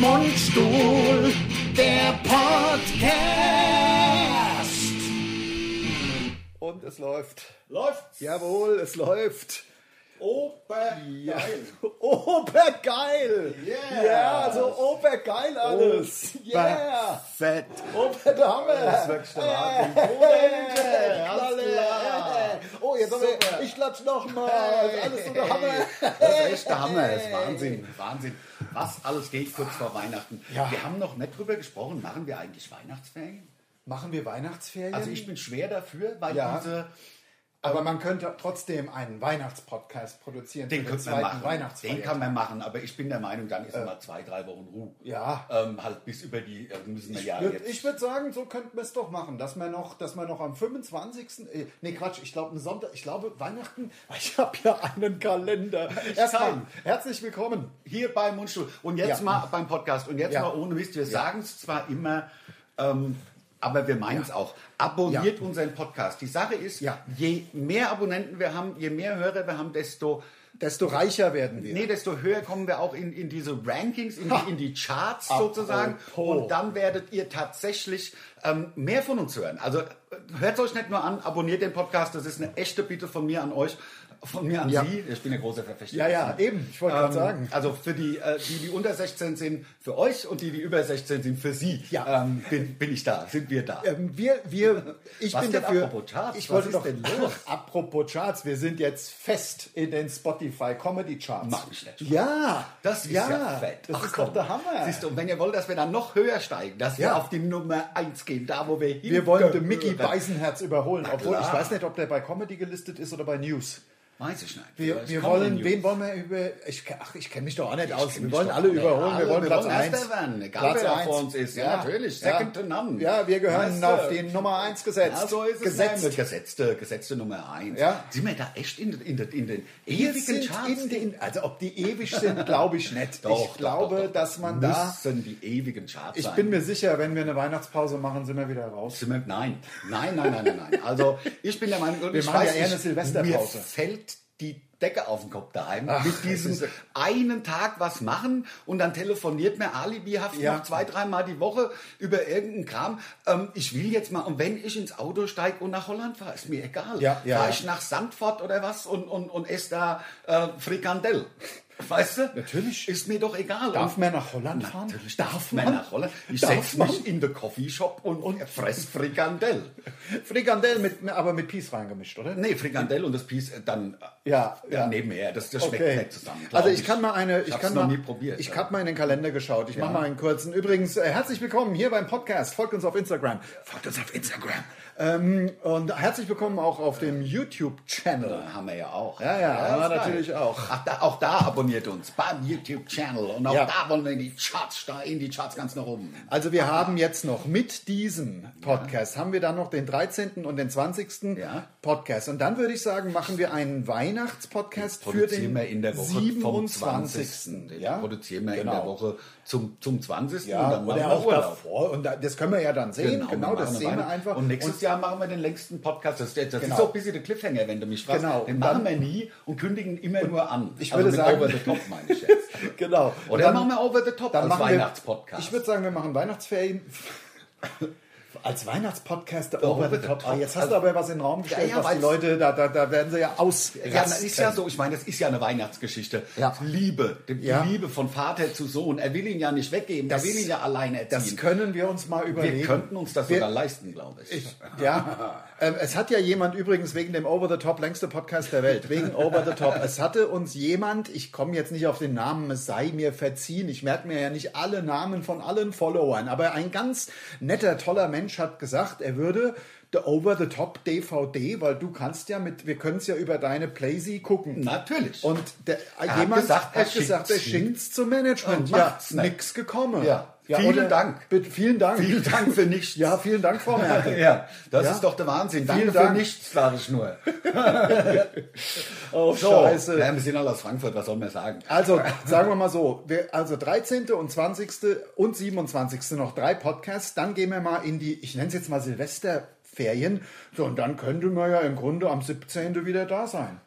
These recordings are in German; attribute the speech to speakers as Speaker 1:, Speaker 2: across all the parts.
Speaker 1: Mundstuhl, der Podcast.
Speaker 2: Und es läuft.
Speaker 1: Läuft's?
Speaker 2: Jawohl, es läuft.
Speaker 1: Obergeil.
Speaker 2: Obergeil.
Speaker 1: Yeah.
Speaker 2: Ja, so obergeil alles. Yeah.
Speaker 3: Fett.
Speaker 2: Ober der Hammer.
Speaker 3: Wirklich der Martin.
Speaker 2: Hey,
Speaker 1: Alles
Speaker 2: klar. Oh, jetzt haben wir, ich klatsch nochmal. Alles so der Hammer.
Speaker 3: Das ist echt der Hammer. Das ist Wahnsinn. Wahnsinn. Was alles geht kurz vor Weihnachten.
Speaker 2: Ja.
Speaker 3: Wir haben noch nicht drüber gesprochen. Machen wir eigentlich Weihnachtsferien?
Speaker 2: Machen wir Weihnachtsferien?
Speaker 3: Also ich bin schwer dafür, weil
Speaker 2: Ja.
Speaker 3: diese...
Speaker 2: aber man könnte trotzdem einen Weihnachtspodcast produzieren.
Speaker 3: Den
Speaker 2: für
Speaker 3: könnte man machen.
Speaker 2: Weihnachtsfeiertag.
Speaker 3: Den kann man machen. Aber ich bin der Meinung, dann ist mal zwei, drei Wochen Ruhe.
Speaker 2: Äh. Ja.
Speaker 3: Ähm, halt bis über die... äh, müssen wir ja
Speaker 2: Würd-
Speaker 3: jetzt...
Speaker 2: Ich würde sagen, so könnten wir es doch machen, dass man noch, dass man noch am 25. äh, Nee, Quatsch, ich glaube, Sonntag, ich glaube, Weihnachten, ich habe ja einen Kalender. Erstmal,
Speaker 3: kann.
Speaker 2: herzlich willkommen.
Speaker 3: Hier beim Mundstuhl. Und jetzt
Speaker 2: Ja.
Speaker 3: mal beim Podcast. Und jetzt
Speaker 2: Ja.
Speaker 3: mal ohne Mist. Wir sagen es zwar immer, ähm, aber wir meinen es auch. Abonniert
Speaker 2: Ja.
Speaker 3: unseren Podcast. Die Sache ist,
Speaker 2: Ja.
Speaker 3: je mehr Abonnenten wir haben, je mehr Hörer wir haben, desto,
Speaker 2: Desto reicher werden wir.
Speaker 3: nee, desto höher kommen wir auch in, in diese Rankings, in,
Speaker 2: Ha.
Speaker 3: die, in die Charts
Speaker 2: Apropos.
Speaker 3: sozusagen. Und dann werdet ihr tatsächlich ähm, mehr von uns hören. Also äh, hört euch nicht nur an, abonniert den Podcast. Das ist eine echte Bitte von mir an euch, von mir an
Speaker 2: Ja.
Speaker 3: Sie. Ich bin ein großer Verfechter.
Speaker 2: Ja, ja, eben, ich wollte gerade
Speaker 3: Ähm,
Speaker 2: sagen.
Speaker 3: Also für die, äh, die, die unter 16 sind, für euch und die, die über 16 sind, für sie
Speaker 2: Ja.
Speaker 3: ähm, bin, bin ich da, sind wir da.
Speaker 2: Ähm, wir, wir, ich
Speaker 3: Was
Speaker 2: bin
Speaker 3: denn
Speaker 2: dafür.
Speaker 3: apropos Charts?
Speaker 2: Ich
Speaker 3: Was
Speaker 2: wollte
Speaker 3: ist
Speaker 2: doch,
Speaker 3: denn los?
Speaker 2: apropos Charts, wir sind jetzt fest in den Spotify Comedy Charts.
Speaker 3: Mach mich nicht.
Speaker 2: Ja,
Speaker 3: Das ist ja, fett.
Speaker 2: Das
Speaker 3: Ach,
Speaker 2: ist doch
Speaker 3: komm.
Speaker 2: der Hammer.
Speaker 3: Siehst du, und wenn ihr wollt, dass wir dann noch höher steigen, dass
Speaker 2: Ja.
Speaker 3: wir auf die Nummer 1 gehen, da wo wir hin.
Speaker 2: Wir wollen den Mickey Beisenherz überholen,
Speaker 3: Na
Speaker 2: obwohl
Speaker 3: klar.
Speaker 2: ich weiß nicht, ob der bei Comedy gelistet ist oder bei News.
Speaker 3: Weiß ich nicht.
Speaker 2: Wir,
Speaker 3: Vielleicht
Speaker 2: wir
Speaker 3: kommen
Speaker 2: wollen,
Speaker 3: die
Speaker 2: wen
Speaker 3: News.
Speaker 2: wollen wir über? Ich, ke- ach, ich kenne mich doch auch nicht
Speaker 3: kenn
Speaker 2: aus. Wir
Speaker 3: mich
Speaker 2: wollen
Speaker 3: doch
Speaker 2: alle
Speaker 3: auch nicht.
Speaker 2: überholen.
Speaker 3: Alle,
Speaker 2: wir wollen
Speaker 3: wir
Speaker 2: Platz
Speaker 3: wollen
Speaker 2: eins.
Speaker 3: Erster werden, egal wer da vor uns ist. Ja, natürlich, second to none.
Speaker 2: Ja, wir gehören
Speaker 3: Meister.
Speaker 2: auf den Nummer 1 gesetzt.
Speaker 3: Ja, so ist es
Speaker 2: gesetzt.
Speaker 3: nämlich. Gesetzte, gesetzte Nummer 1.
Speaker 2: Ja.
Speaker 3: Sind wir da echt in, in, in den
Speaker 2: Wir
Speaker 3: ewigen
Speaker 2: sind
Speaker 3: Charts?
Speaker 2: in den, also ob die ewig sind, glaube ich nicht.
Speaker 3: Doch,
Speaker 2: ich
Speaker 3: doch,
Speaker 2: glaube,
Speaker 3: doch, doch.
Speaker 2: dass man da.
Speaker 3: müssen die ewigen Charts
Speaker 2: Ich
Speaker 3: sein.
Speaker 2: bin mir sicher, wenn wir eine Weihnachtspause machen, sind wir wieder raus.
Speaker 3: Sind wir- Nein, nein, nein, nein, nein, nein. Also ich bin der Meinung, und
Speaker 2: Wir
Speaker 3: ich
Speaker 2: machen ja eher
Speaker 3: nicht,
Speaker 2: eine Silvesterpause.
Speaker 3: Mir fällt die Decke auf den Kopf daheim.
Speaker 2: Ach,
Speaker 3: mit diesem
Speaker 2: das ist-
Speaker 3: einen Tag was machen und dann telefoniert mir alibihaft
Speaker 2: Ja.
Speaker 3: noch zwei, dreimal die Woche über irgendeinen Kram. Ähm, ich will jetzt mal, und wenn ich ins Auto steige und nach Holland fahre, ist mir egal.
Speaker 2: Ja, ja,
Speaker 3: fahre
Speaker 2: ja.
Speaker 3: ich nach Sandford oder was und, und, und esse da äh, Frikandel. Weißt du?
Speaker 2: Natürlich.
Speaker 3: Ist mir doch egal.
Speaker 2: Darf
Speaker 3: Und-
Speaker 2: man nach Holland fahren?
Speaker 3: Natürlich darf man nach Holland. Ich
Speaker 2: Darf
Speaker 3: setze
Speaker 2: man?
Speaker 3: mich in den Coffeeshop und, und fress Frikandel.
Speaker 2: Frikandel mit, aber mit Peace reingemischt, oder?
Speaker 3: Nee, Frikandel und das Piece äh, dann äh,
Speaker 2: Ja,
Speaker 3: ja. nebenher. Das, das schmeckt nicht zusammen. glaub
Speaker 2: Also ich kann mal eine, ich,
Speaker 3: hab's
Speaker 2: kann
Speaker 3: noch
Speaker 2: mal,
Speaker 3: nie probiert.
Speaker 2: Ich
Speaker 3: aber-
Speaker 2: habe mal in den Kalender geschaut. Ich mache mal einen kurzen. Übrigens, äh, herzlich willkommen hier beim Podcast. Folgt uns auf Instagram. Folgt uns auf Instagram. Ähm, und herzlich willkommen auch auf dem YouTube-Channel.
Speaker 3: haben wir ja auch.
Speaker 2: Ja, ja, haben wir
Speaker 3: ist geil.
Speaker 2: natürlich auch.
Speaker 3: Ach, da, auch da abonniert uns beim YouTube-Channel und auch
Speaker 2: Ja.
Speaker 3: da wollen wir in die Charts steigen, die Charts ganz nach oben.
Speaker 2: Also wir haben jetzt noch mit diesem Podcast, haben wir dann noch den 13. und den 20.
Speaker 3: Ja.
Speaker 2: Podcast. Und dann würde ich sagen, machen wir einen Weihnachtspodcast für den
Speaker 3: Produzieren wir in der Woche
Speaker 2: 27.
Speaker 3: vom 20. Produzieren wir in der Woche zum, zum 20.
Speaker 2: Genau. Ja,
Speaker 3: machen
Speaker 2: oder
Speaker 3: wir
Speaker 2: auch
Speaker 3: Urlaub.
Speaker 2: davor. Und da, das können wir ja dann sehen. Genau,
Speaker 3: wir machen
Speaker 2: das
Speaker 3: eine
Speaker 2: sehen wir
Speaker 3: Weihnachts-
Speaker 2: einfach.
Speaker 3: Und nächstes Jahr machen wir den längsten Podcast. Das, das ist so ein bisschen der Cliffhanger, wenn du mich fragst.
Speaker 2: Genau.
Speaker 3: Den
Speaker 2: Und dann-
Speaker 3: machen wir nie und kündigen immer nur an. Also
Speaker 2: ich würde
Speaker 3: mit
Speaker 2: sagen-
Speaker 3: Over the Top meine ich jetzt.
Speaker 2: Und- genau.
Speaker 3: Oder machen wir Over the Top als Weihnachtspodcast.
Speaker 2: Wir, ich würde sagen, wir machen Weihnachtsferien. Als Weihnachtspodcast der
Speaker 3: Over
Speaker 2: Over the
Speaker 3: the
Speaker 2: Top.
Speaker 3: Top. Also,
Speaker 2: Ah, jetzt hast du aber was in den Raum gestellt,
Speaker 3: ja,
Speaker 2: was die
Speaker 3: weil's-
Speaker 2: Leute, da, da, da werden sie ja ausrasten.
Speaker 3: ja, das ist ja so. Ich meine, das ist ja eine Weihnachtsgeschichte.
Speaker 2: Ja.
Speaker 3: Liebe, die
Speaker 2: Ja.
Speaker 3: Liebe von Vater zu Sohn. Er will ihn ja nicht weggeben.
Speaker 2: Das-
Speaker 3: er will ihn ja alleine
Speaker 2: Das
Speaker 3: erziehen.
Speaker 2: können wir uns mal überlegen.
Speaker 3: wir könnten uns das
Speaker 2: Wir-
Speaker 3: sogar leisten, glaube ich.
Speaker 2: Ja, ähm, es hat ja jemand übrigens wegen dem Over the Top längste Podcast der Welt, wegen Over the Top. Es hatte uns jemand, ich komme jetzt nicht auf den Namen, es sei mir verziehen, ich merke mir ja nicht alle Namen von allen Followern, aber ein ganz netter, toller Mensch hat gesagt, er würde der Over the Top DVD, weil du kannst ja mit, wir können es ja über deine Playsee gucken.
Speaker 3: Natürlich.
Speaker 2: Und der,
Speaker 3: Er hat
Speaker 2: jemand
Speaker 3: gesagt, er
Speaker 2: hat gesagt, er
Speaker 3: schickt's
Speaker 2: schickt's zum Management.
Speaker 3: Und
Speaker 2: Ja,
Speaker 3: macht's nicht.
Speaker 2: nix gekommen.
Speaker 3: Ja. Vielen
Speaker 2: oder-
Speaker 3: Dank.
Speaker 2: Bitte, vielen Dank.
Speaker 3: Vielen Dank für nichts.
Speaker 2: Ja, vielen Dank, Frau Merkel.
Speaker 3: Ja, das
Speaker 2: Ja.
Speaker 3: ist doch der Wahnsinn. Danke
Speaker 2: Vielen
Speaker 3: für
Speaker 2: Dank.
Speaker 3: nichts, sage ich nur.
Speaker 2: Oh,
Speaker 3: So,
Speaker 2: scheiße.
Speaker 3: Ja, wir sind alle aus Frankfurt, was soll man sagen?
Speaker 2: Also, sagen wir mal so, wir, also 13. und 20. und 27. noch drei Podcasts, dann gehen wir mal in die, ich nenne es jetzt mal Silvesterferien, so und dann könnte man ja im Grunde am 17. wieder da sein.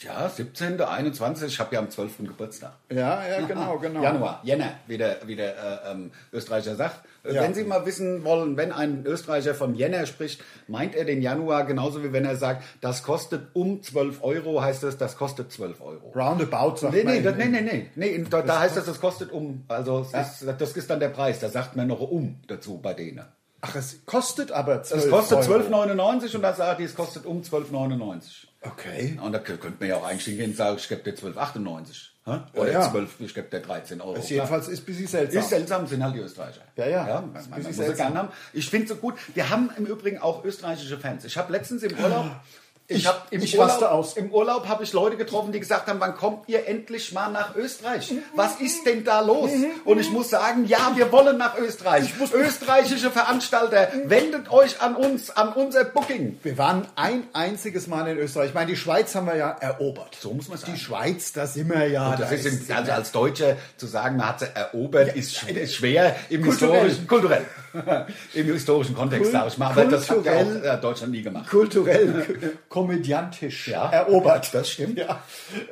Speaker 3: Ja, 17., 21. Ich habe ja am 12. Geburtstag. Ah,
Speaker 2: Ja, ja, genau, genau.
Speaker 3: Januar, Jänner, wie der, wie der äh, ähm, Österreicher sagt. Äh,
Speaker 2: Ja.
Speaker 3: Wenn Sie mal wissen wollen, wenn ein Österreicher von Jänner spricht, meint er den Januar genauso wie wenn er sagt, das kostet um 12 Euro, heißt es, das kostet 12 Euro.
Speaker 2: Roundabout sagt
Speaker 3: Nee,
Speaker 2: man.
Speaker 3: nee,
Speaker 2: in-
Speaker 3: das, nee, nee, nee, nee in, da, da heißt das, das kostet um. Also es ist, das ist dann der Preis, da sagt man noch um dazu bei denen.
Speaker 2: Ach, es kostet aber 12
Speaker 3: Es kostet
Speaker 2: Euro.
Speaker 3: 12,99 und da sagt die, es kostet um 12,99.
Speaker 2: Okay.
Speaker 3: Und da kö- könnte man ja auch eigentlich hingehen und sagen, ich gebe dir 12,98. hä? Oder
Speaker 2: Ja, ja.
Speaker 3: 12, ich gebe dir 13 Euro.
Speaker 2: Das jedenfalls ist ein bisschen seltsam.
Speaker 3: Ist seltsam, sind halt die Österreicher.
Speaker 2: Ja, ja.
Speaker 3: ja
Speaker 2: Ist
Speaker 3: man, man
Speaker 2: ein bisschen
Speaker 3: muss
Speaker 2: seltsam.
Speaker 3: es gern haben. Ich finde es so gut. Wir haben im Übrigen auch österreichische Fans. Ich habe letztens im Urlaub. Ich,
Speaker 2: Ich-
Speaker 3: hab im
Speaker 2: ich
Speaker 3: Urlaub,
Speaker 2: raste aus.
Speaker 3: Im Urlaub habe ich Leute getroffen, die gesagt haben, wann kommt ihr endlich mal nach Österreich? Was ist denn da los? Und ich muss sagen, ja, wir wollen nach Österreich. Österreichische Veranstalter, wendet euch an uns, an unser Booking.
Speaker 2: Wir waren ein einziges Mal in Österreich. Ich meine, die Schweiz haben wir ja erobert.
Speaker 3: So muss man sagen.
Speaker 2: Die Schweiz, da sind wir ja.
Speaker 3: Das
Speaker 2: da
Speaker 3: ist im, also als Deutscher zu sagen, man hat sie erobert, ist, schw- ist schwer im
Speaker 2: Kulturell.
Speaker 3: historischen, kulturell, im historischen Kontext,
Speaker 2: Kul-
Speaker 3: sag ich mal. Aber das hat ja
Speaker 2: kulturell.
Speaker 3: auch äh, Deutschland nie gemacht.
Speaker 2: kulturell komödiantisch
Speaker 3: Ja.
Speaker 2: erobert.
Speaker 3: Das stimmt.
Speaker 2: Ja.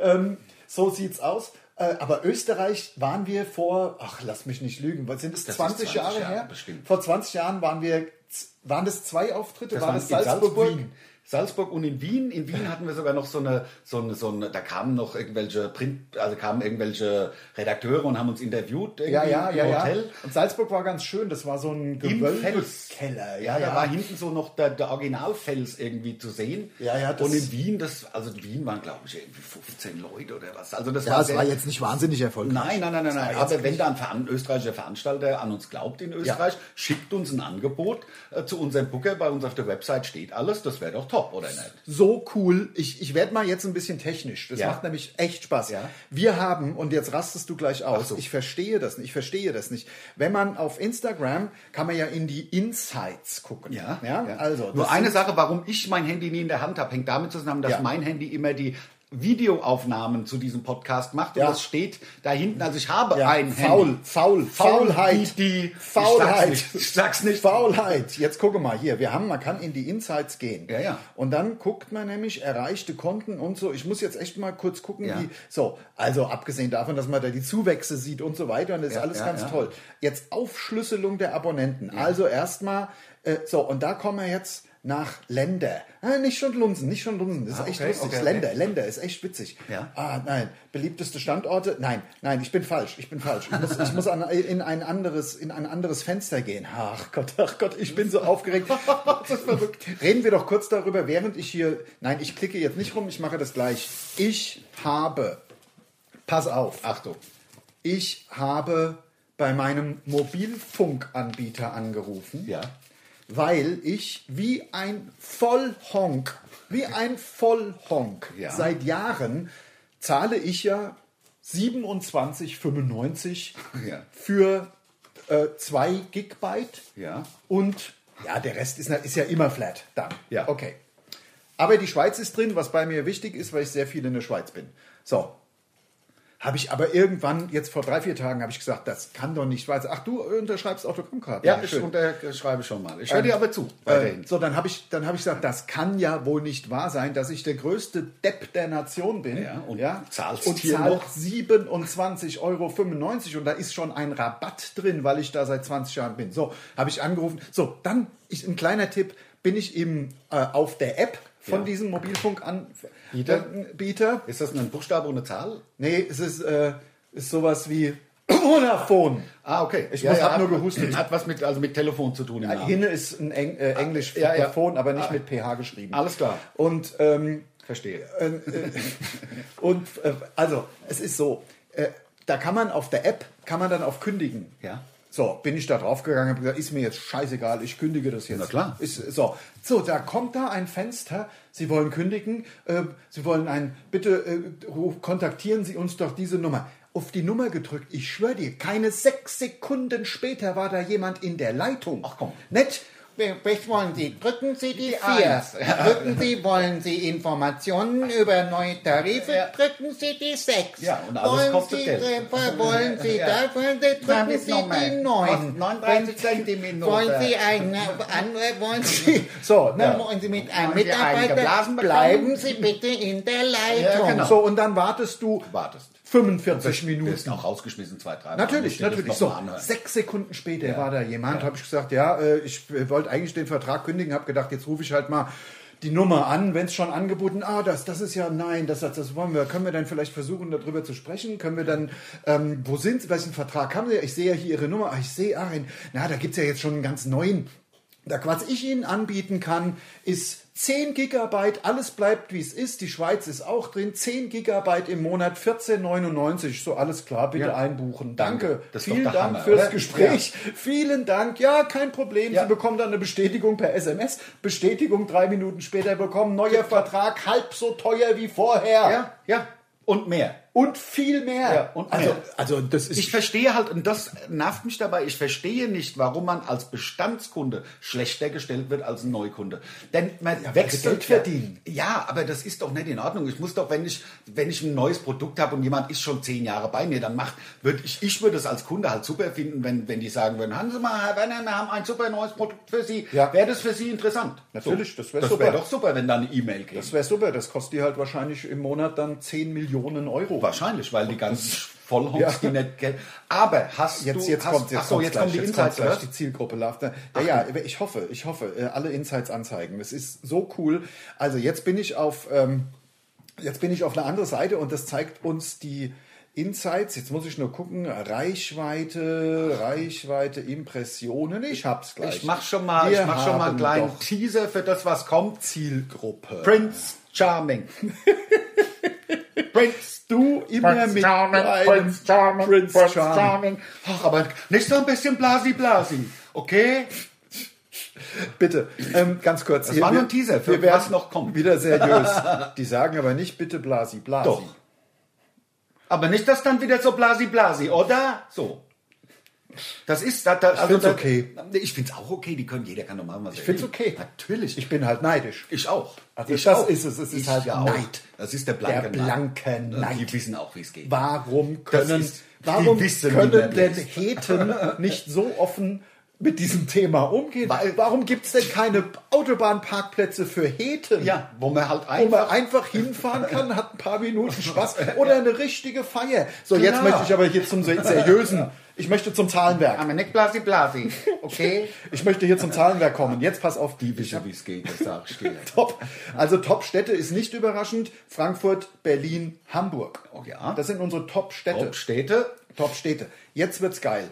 Speaker 2: Ähm, so sieht's aus. Äh, aber Österreich waren wir vor, ach, lass mich nicht lügen, was sind es,
Speaker 3: Das ist
Speaker 2: 20,
Speaker 3: 20
Speaker 2: Jahre
Speaker 3: Jahre
Speaker 2: her?
Speaker 3: bestimmt.
Speaker 2: Vor 20 Jahren waren wir, z- waren das zwei Auftritte?
Speaker 3: Das
Speaker 2: war
Speaker 3: waren
Speaker 2: das
Speaker 3: in
Speaker 2: Salzburg? Wien?
Speaker 3: Salzburg und in Wien. In Wien hatten wir sogar noch so eine, so eine, so eine, da kamen noch irgendwelche Print, also kamen irgendwelche Redakteure und haben uns interviewt irgendwie
Speaker 2: Ja, ja, ja,
Speaker 3: im
Speaker 2: ja.
Speaker 3: Hotel.
Speaker 2: Und Salzburg war ganz schön, das war so ein
Speaker 3: Fels.
Speaker 2: Gewölbekeller.
Speaker 3: Ja, da war hinten so noch der, der Originalfels irgendwie zu sehen.
Speaker 2: Ja, ja, das-
Speaker 3: Und in Wien, das, also in Wien waren, glaube ich, irgendwie 15 Leute oder was. Also das
Speaker 2: Ja,
Speaker 3: war
Speaker 2: es
Speaker 3: sehr-
Speaker 2: war jetzt nicht wahnsinnig erfolgreich.
Speaker 3: Nein, nein, nein, nein, nein. Aber wenn da ein Veran österreichischer Veranstalter an uns glaubt in Österreich, schickt uns ein Angebot äh, zu unserem Booker. Bei uns auf der Website steht alles. Das wäre doch top, oder nicht?
Speaker 2: so cool. Ich, ich werde mal jetzt ein bisschen technisch. Das
Speaker 3: Ja.
Speaker 2: macht nämlich echt Spaß.
Speaker 3: Ja.
Speaker 2: Wir haben, und jetzt rastest du gleich aus,
Speaker 3: so.
Speaker 2: ich verstehe das nicht, ich verstehe das nicht. Wenn man auf Instagram, kann man ja in die Insights gucken. ja? also.
Speaker 3: Nur
Speaker 2: das
Speaker 3: eine Sache, warum ich mein Handy nie in der Hand habe, hängt damit zusammen, dass
Speaker 2: Ja.
Speaker 3: mein Handy immer die Videoaufnahmen zu diesem Podcast macht
Speaker 2: Ja.
Speaker 3: und das steht da hinten. Also ich habe
Speaker 2: Ja,
Speaker 3: ein
Speaker 2: faul,
Speaker 3: Handy.
Speaker 2: faul, Faulheit.
Speaker 3: Die, die
Speaker 2: Faulheit.
Speaker 3: Ich sag's nicht. Ich sag's nicht.
Speaker 2: Faulheit. Jetzt gucke mal hier. Wir haben, man kann in die Insights gehen.
Speaker 3: Ja, ja.
Speaker 2: Und dann guckt man nämlich erreichte Konten und so. Ich muss jetzt echt mal kurz gucken,
Speaker 3: Ja.
Speaker 2: wie, so. Also, abgesehen davon, dass man da die Zuwächse sieht und so weiter, und das ist
Speaker 3: Ja,
Speaker 2: alles
Speaker 3: ja,
Speaker 2: ganz
Speaker 3: ja.
Speaker 2: toll. Jetzt Aufschlüsselung der Abonnenten. Also erstmal, äh, so. Und da kommen wir jetzt nach Länder. Ah, nicht schon Lunsen, nicht schon Lunsen. Das ist
Speaker 3: Ah,
Speaker 2: echt
Speaker 3: okay,
Speaker 2: lustig.
Speaker 3: okay, okay.
Speaker 2: Länder, Länder ist echt witzig.
Speaker 3: Ja.
Speaker 2: Ah, nein. Beliebteste Standorte? Nein, nein, ich bin falsch. Ich bin falsch. Ich muss, ich muss an, in, ein anderes, in ein anderes Fenster gehen. Ach Gott, ach Gott, ich bin so aufgeregt. das ist verrückt. Reden wir doch kurz darüber, während ich hier. Nein, ich klicke jetzt nicht rum, ich mache das gleich. Ich habe. Pass auf.
Speaker 3: Achtung.
Speaker 2: Ich habe bei meinem Mobilfunkanbieter angerufen
Speaker 3: Ja.
Speaker 2: weil ich wie ein Vollhonk, wie ein Vollhonk,
Speaker 3: Ja.
Speaker 2: seit Jahren zahle ich ja 27,95
Speaker 3: Ja.
Speaker 2: für 2 Gigabyte
Speaker 3: Ja.
Speaker 2: und ja, der Rest ist, na- ist ja immer flat dann.
Speaker 3: Ja.
Speaker 2: Okay. Aber die Schweiz ist drin, was bei mir wichtig ist, weil ich sehr viel in der Schweiz bin. So. Habe ich aber irgendwann, jetzt vor drei, vier Tagen, habe ich gesagt, das kann doch nicht Schweiz. Ach, du unterschreibst Autogrammkarten.
Speaker 3: Ja, ich
Speaker 2: schön.
Speaker 3: unterschreibe schon mal. Ich höre dir aber zu.
Speaker 2: Äh, so, dann habe ich, dann hab ich gesagt, das kann ja wohl nicht wahr sein, dass ich der größte Depp der Nation bin.
Speaker 3: Ja, und zahlst
Speaker 2: und
Speaker 3: hier
Speaker 2: zahl
Speaker 3: noch?
Speaker 2: 27,95 Euro und da ist schon ein Rabatt drin, weil ich da seit 20 Jahren bin. So, habe ich angerufen. So, dann ich, ein kleiner Tipp, bin ich eben äh, auf der App von
Speaker 3: Ja.
Speaker 2: diesem Mobilfunkanbieter.
Speaker 3: Bieter?
Speaker 2: Äh, Bieter.
Speaker 3: Ist das ein Buchstabe und eine Zahl?
Speaker 2: Nee, es ist, äh, ist sowas wie Vodafone.
Speaker 3: Ah, okay.
Speaker 2: Ich muss- hab
Speaker 3: hat-
Speaker 2: nur gehustet.
Speaker 3: Hat was mit, also mit Telefon zu tun im Namen.
Speaker 2: Hinne ist ein Eng äh, Englisch für
Speaker 3: Ja, ja.
Speaker 2: Phone, aber nicht mit PH geschrieben.
Speaker 3: Alles klar.
Speaker 2: Und ähm,
Speaker 3: Verstehe.
Speaker 2: äh, äh, und äh, also es ist so, äh, da kann man auf der App kann man dann auf kündigen.
Speaker 3: Ja.
Speaker 2: So, bin ich da draufgegangen, habe gesagt, ist mir jetzt scheißegal, ich kündige das jetzt.
Speaker 3: Na klar.
Speaker 2: Ist, so. so, da kommt da ein Fenster, Sie wollen kündigen, äh, Sie wollen ein, bitte äh, ruf- kontaktieren Sie uns doch diese Nummer. Auf die Nummer gedrückt, ich schwöre dir, keine sechs Sekunden später war da jemand in der Leitung.
Speaker 3: Ach komm.
Speaker 2: Nett.
Speaker 4: Welches wollen Sie? Drücken Sie die,
Speaker 3: Die
Speaker 4: vier.
Speaker 3: Eins.
Speaker 4: Drücken Sie, wollen Sie Informationen über neue Tarife?
Speaker 3: Ja.
Speaker 4: Drücken Sie die sechs.
Speaker 3: Ja, und alles
Speaker 4: wollen
Speaker 3: kostet
Speaker 4: Sie,
Speaker 3: Geld.
Speaker 4: Treffer? wollen Sie
Speaker 3: Ja.
Speaker 4: da, wollen Sie,
Speaker 3: Dann
Speaker 4: drücken
Speaker 3: ist
Speaker 4: Sie
Speaker 3: nochmal.
Speaker 4: die neun.
Speaker 3: Kostet 39 Cent die Minute.
Speaker 4: Wollen Sie eine andere, wollen Sie,
Speaker 2: So, ne?
Speaker 4: wollen Sie mit einem
Speaker 3: Wollen Sie einen
Speaker 4: Mitarbeiter,
Speaker 3: geblasen bekommen?
Speaker 4: bleiben Sie bitte in der Leitung.
Speaker 3: Ja, genau.
Speaker 2: So, und dann wartest du
Speaker 3: Wartest.
Speaker 2: 45 Minuten.
Speaker 3: Wirst auch rausgeschmissen, zwei, drei Mal.
Speaker 2: Natürlich,
Speaker 3: Musst dir das
Speaker 2: natürlich.
Speaker 3: noch
Speaker 2: So,
Speaker 3: mal anhören.
Speaker 2: sechs Sekunden später war da jemand, habe ich gesagt, ja, äh, ich äh, wollte eigentlich den Vertrag kündigen, habe gedacht, jetzt rufe ich halt mal die Nummer an, wenn es schon angeboten, ah, das, das ist ja, nein, das, das, das wollen wir, können wir dann vielleicht versuchen, darüber zu sprechen, können wir dann, ähm, wo sind Sie, welchen Vertrag haben Sie, ich sehe ja hier Ihre Nummer, ah, ich sehe, ah, ein- na, da gibt es ja jetzt schon einen ganz neuen, da, was ich Ihnen anbieten kann, ist 10 Gigabyte, alles bleibt wie es ist, die Schweiz ist auch drin, 10 Gigabyte im Monat, 14,99, so alles klar, bitte
Speaker 3: Ja.
Speaker 2: einbuchen. Danke.
Speaker 3: Das ist doch
Speaker 2: Vielen
Speaker 3: der
Speaker 2: Dank
Speaker 3: Hammer,
Speaker 2: fürs
Speaker 3: oder?
Speaker 2: Gespräch. Vielen Dank. Ja, kein Problem.
Speaker 3: Ja.
Speaker 2: Sie bekommen dann eine Bestätigung per SMS. Bestätigung drei Minuten später bekommen. Neuer Vertrag, halb so teuer wie vorher.
Speaker 3: Genau. Ja, ja. Und mehr.
Speaker 2: Und viel mehr.
Speaker 3: Ja, und
Speaker 2: also,
Speaker 3: mehr.
Speaker 2: also, das ist.
Speaker 3: Ich verstehe halt, und das nervt mich dabei, ich verstehe nicht, warum man als Bestandskunde schlechter gestellt wird als ein Neukunde. Denn man
Speaker 2: sie
Speaker 3: wechselt.
Speaker 2: Geld verdienen.
Speaker 3: Ja, aber das ist doch nicht in Ordnung. Ich muss doch, wenn ich, wenn ich ein neues Produkt habe und jemand ist schon zehn Jahre bei mir, dann macht, würde ich, ich würde es als Kunde halt super finden, wenn, wenn die sagen würden, Hansen mal, Herr Werner, wir haben ein super neues Produkt für Sie.
Speaker 2: Ja.
Speaker 3: Wäre das für Sie interessant?
Speaker 2: Natürlich, das wäre
Speaker 3: Das
Speaker 2: super.
Speaker 3: wäre doch super, wenn da eine E-Mail käme.
Speaker 2: das wäre super. Das kostet die halt wahrscheinlich im Monat dann 10 Millionen Euro.
Speaker 3: Wahrscheinlich, weil die ganzen Vollhonks,
Speaker 2: Ja.
Speaker 3: die nicht Geld. Aber hast
Speaker 2: Jetzt,
Speaker 3: du.
Speaker 2: jetzt
Speaker 3: hast,
Speaker 2: kommt jetzt,
Speaker 3: ach so,
Speaker 2: kommt's
Speaker 3: jetzt
Speaker 2: gleich,
Speaker 3: kommen die
Speaker 2: jetzt
Speaker 3: Insights,
Speaker 2: kommt's gleich,
Speaker 3: oder?
Speaker 2: die Zielgruppe läuft. da. Ja, ja, ich hoffe, ich hoffe, äh, alle Insights anzeigen. Das ist so cool. Also jetzt bin ich auf, ähm, jetzt bin ich auf einer anderen Seite und das zeigt uns die Insights. Jetzt muss ich nur gucken, Reichweite, Reichweite, Impressionen. Ich hab's gleich.
Speaker 3: Ich mach schon mal,
Speaker 2: Wir
Speaker 3: ich mach schon mal einen
Speaker 2: haben
Speaker 3: kleinen
Speaker 2: doch
Speaker 3: Teaser für das, was kommt.
Speaker 2: Zielgruppe.
Speaker 3: Prince Charming. Prince.
Speaker 2: Du immer
Speaker 4: Prince
Speaker 2: mit
Speaker 4: Charming,
Speaker 2: deinem
Speaker 4: Prince Charming,
Speaker 2: Prince
Speaker 4: Prince
Speaker 2: Charming.
Speaker 4: Charming.
Speaker 3: Ach, aber nicht so ein bisschen blasi blasi. Okay?
Speaker 2: Bitte, ähm, ganz kurz. Das
Speaker 3: war nur ein Teaser für was noch kommt.
Speaker 2: Wieder seriös. Die sagen aber nicht bitte Blasi, Blasi.
Speaker 3: Doch. Aber nicht, dass dann wieder so blasi blasi, oder? So. Das ist, da, da, also
Speaker 2: find's
Speaker 3: da,
Speaker 2: okay.
Speaker 3: Ich find's auch okay, die können, jeder kann doch machen, was er
Speaker 2: find's okay.
Speaker 3: Natürlich.
Speaker 2: Ich bin halt neidisch.
Speaker 3: Ich auch.
Speaker 2: Also
Speaker 3: ich
Speaker 2: das
Speaker 3: auch.
Speaker 2: ist es. Es ist
Speaker 3: ich
Speaker 2: halt
Speaker 3: ja
Speaker 2: Neid.
Speaker 3: Auch. Das ist der blanke
Speaker 2: Der blanke
Speaker 3: Neid.
Speaker 2: Neid.
Speaker 3: Die wissen auch, wie es geht.
Speaker 2: Warum
Speaker 3: Das
Speaker 2: können,
Speaker 3: ist- die
Speaker 2: warum
Speaker 3: wissen, wie
Speaker 2: können
Speaker 3: man
Speaker 2: denn
Speaker 3: ist.
Speaker 2: Heten nicht so offen mit diesem Thema umgehen?
Speaker 3: Weil-
Speaker 2: warum gibt es denn keine Autobahnparkplätze für Heten?
Speaker 3: Ja, wo man halt
Speaker 2: Wo man
Speaker 3: einfach...
Speaker 2: einfach hinfahren kann, hat ein paar Minuten Spaß oder eine richtige
Speaker 3: Genau.
Speaker 2: Feier. So,
Speaker 3: Klar.
Speaker 2: jetzt möchte ich aber hier zum se- seriösen, ich möchte zum Zahlenwerk.
Speaker 3: Aber nicht blasi blasi, okay?
Speaker 2: Ich möchte hier zum Zahlenwerk kommen. Jetzt pass auf, die
Speaker 3: Sicher, wie es geht, das sag ich dir.
Speaker 2: Top. Also Top-Städte ist nicht überraschend. Frankfurt, Berlin, Hamburg.
Speaker 3: Oh ja.
Speaker 2: Das sind unsere Top-Städte.
Speaker 3: Hauptstädte?
Speaker 2: Top-Städte. Jetzt wird's geil.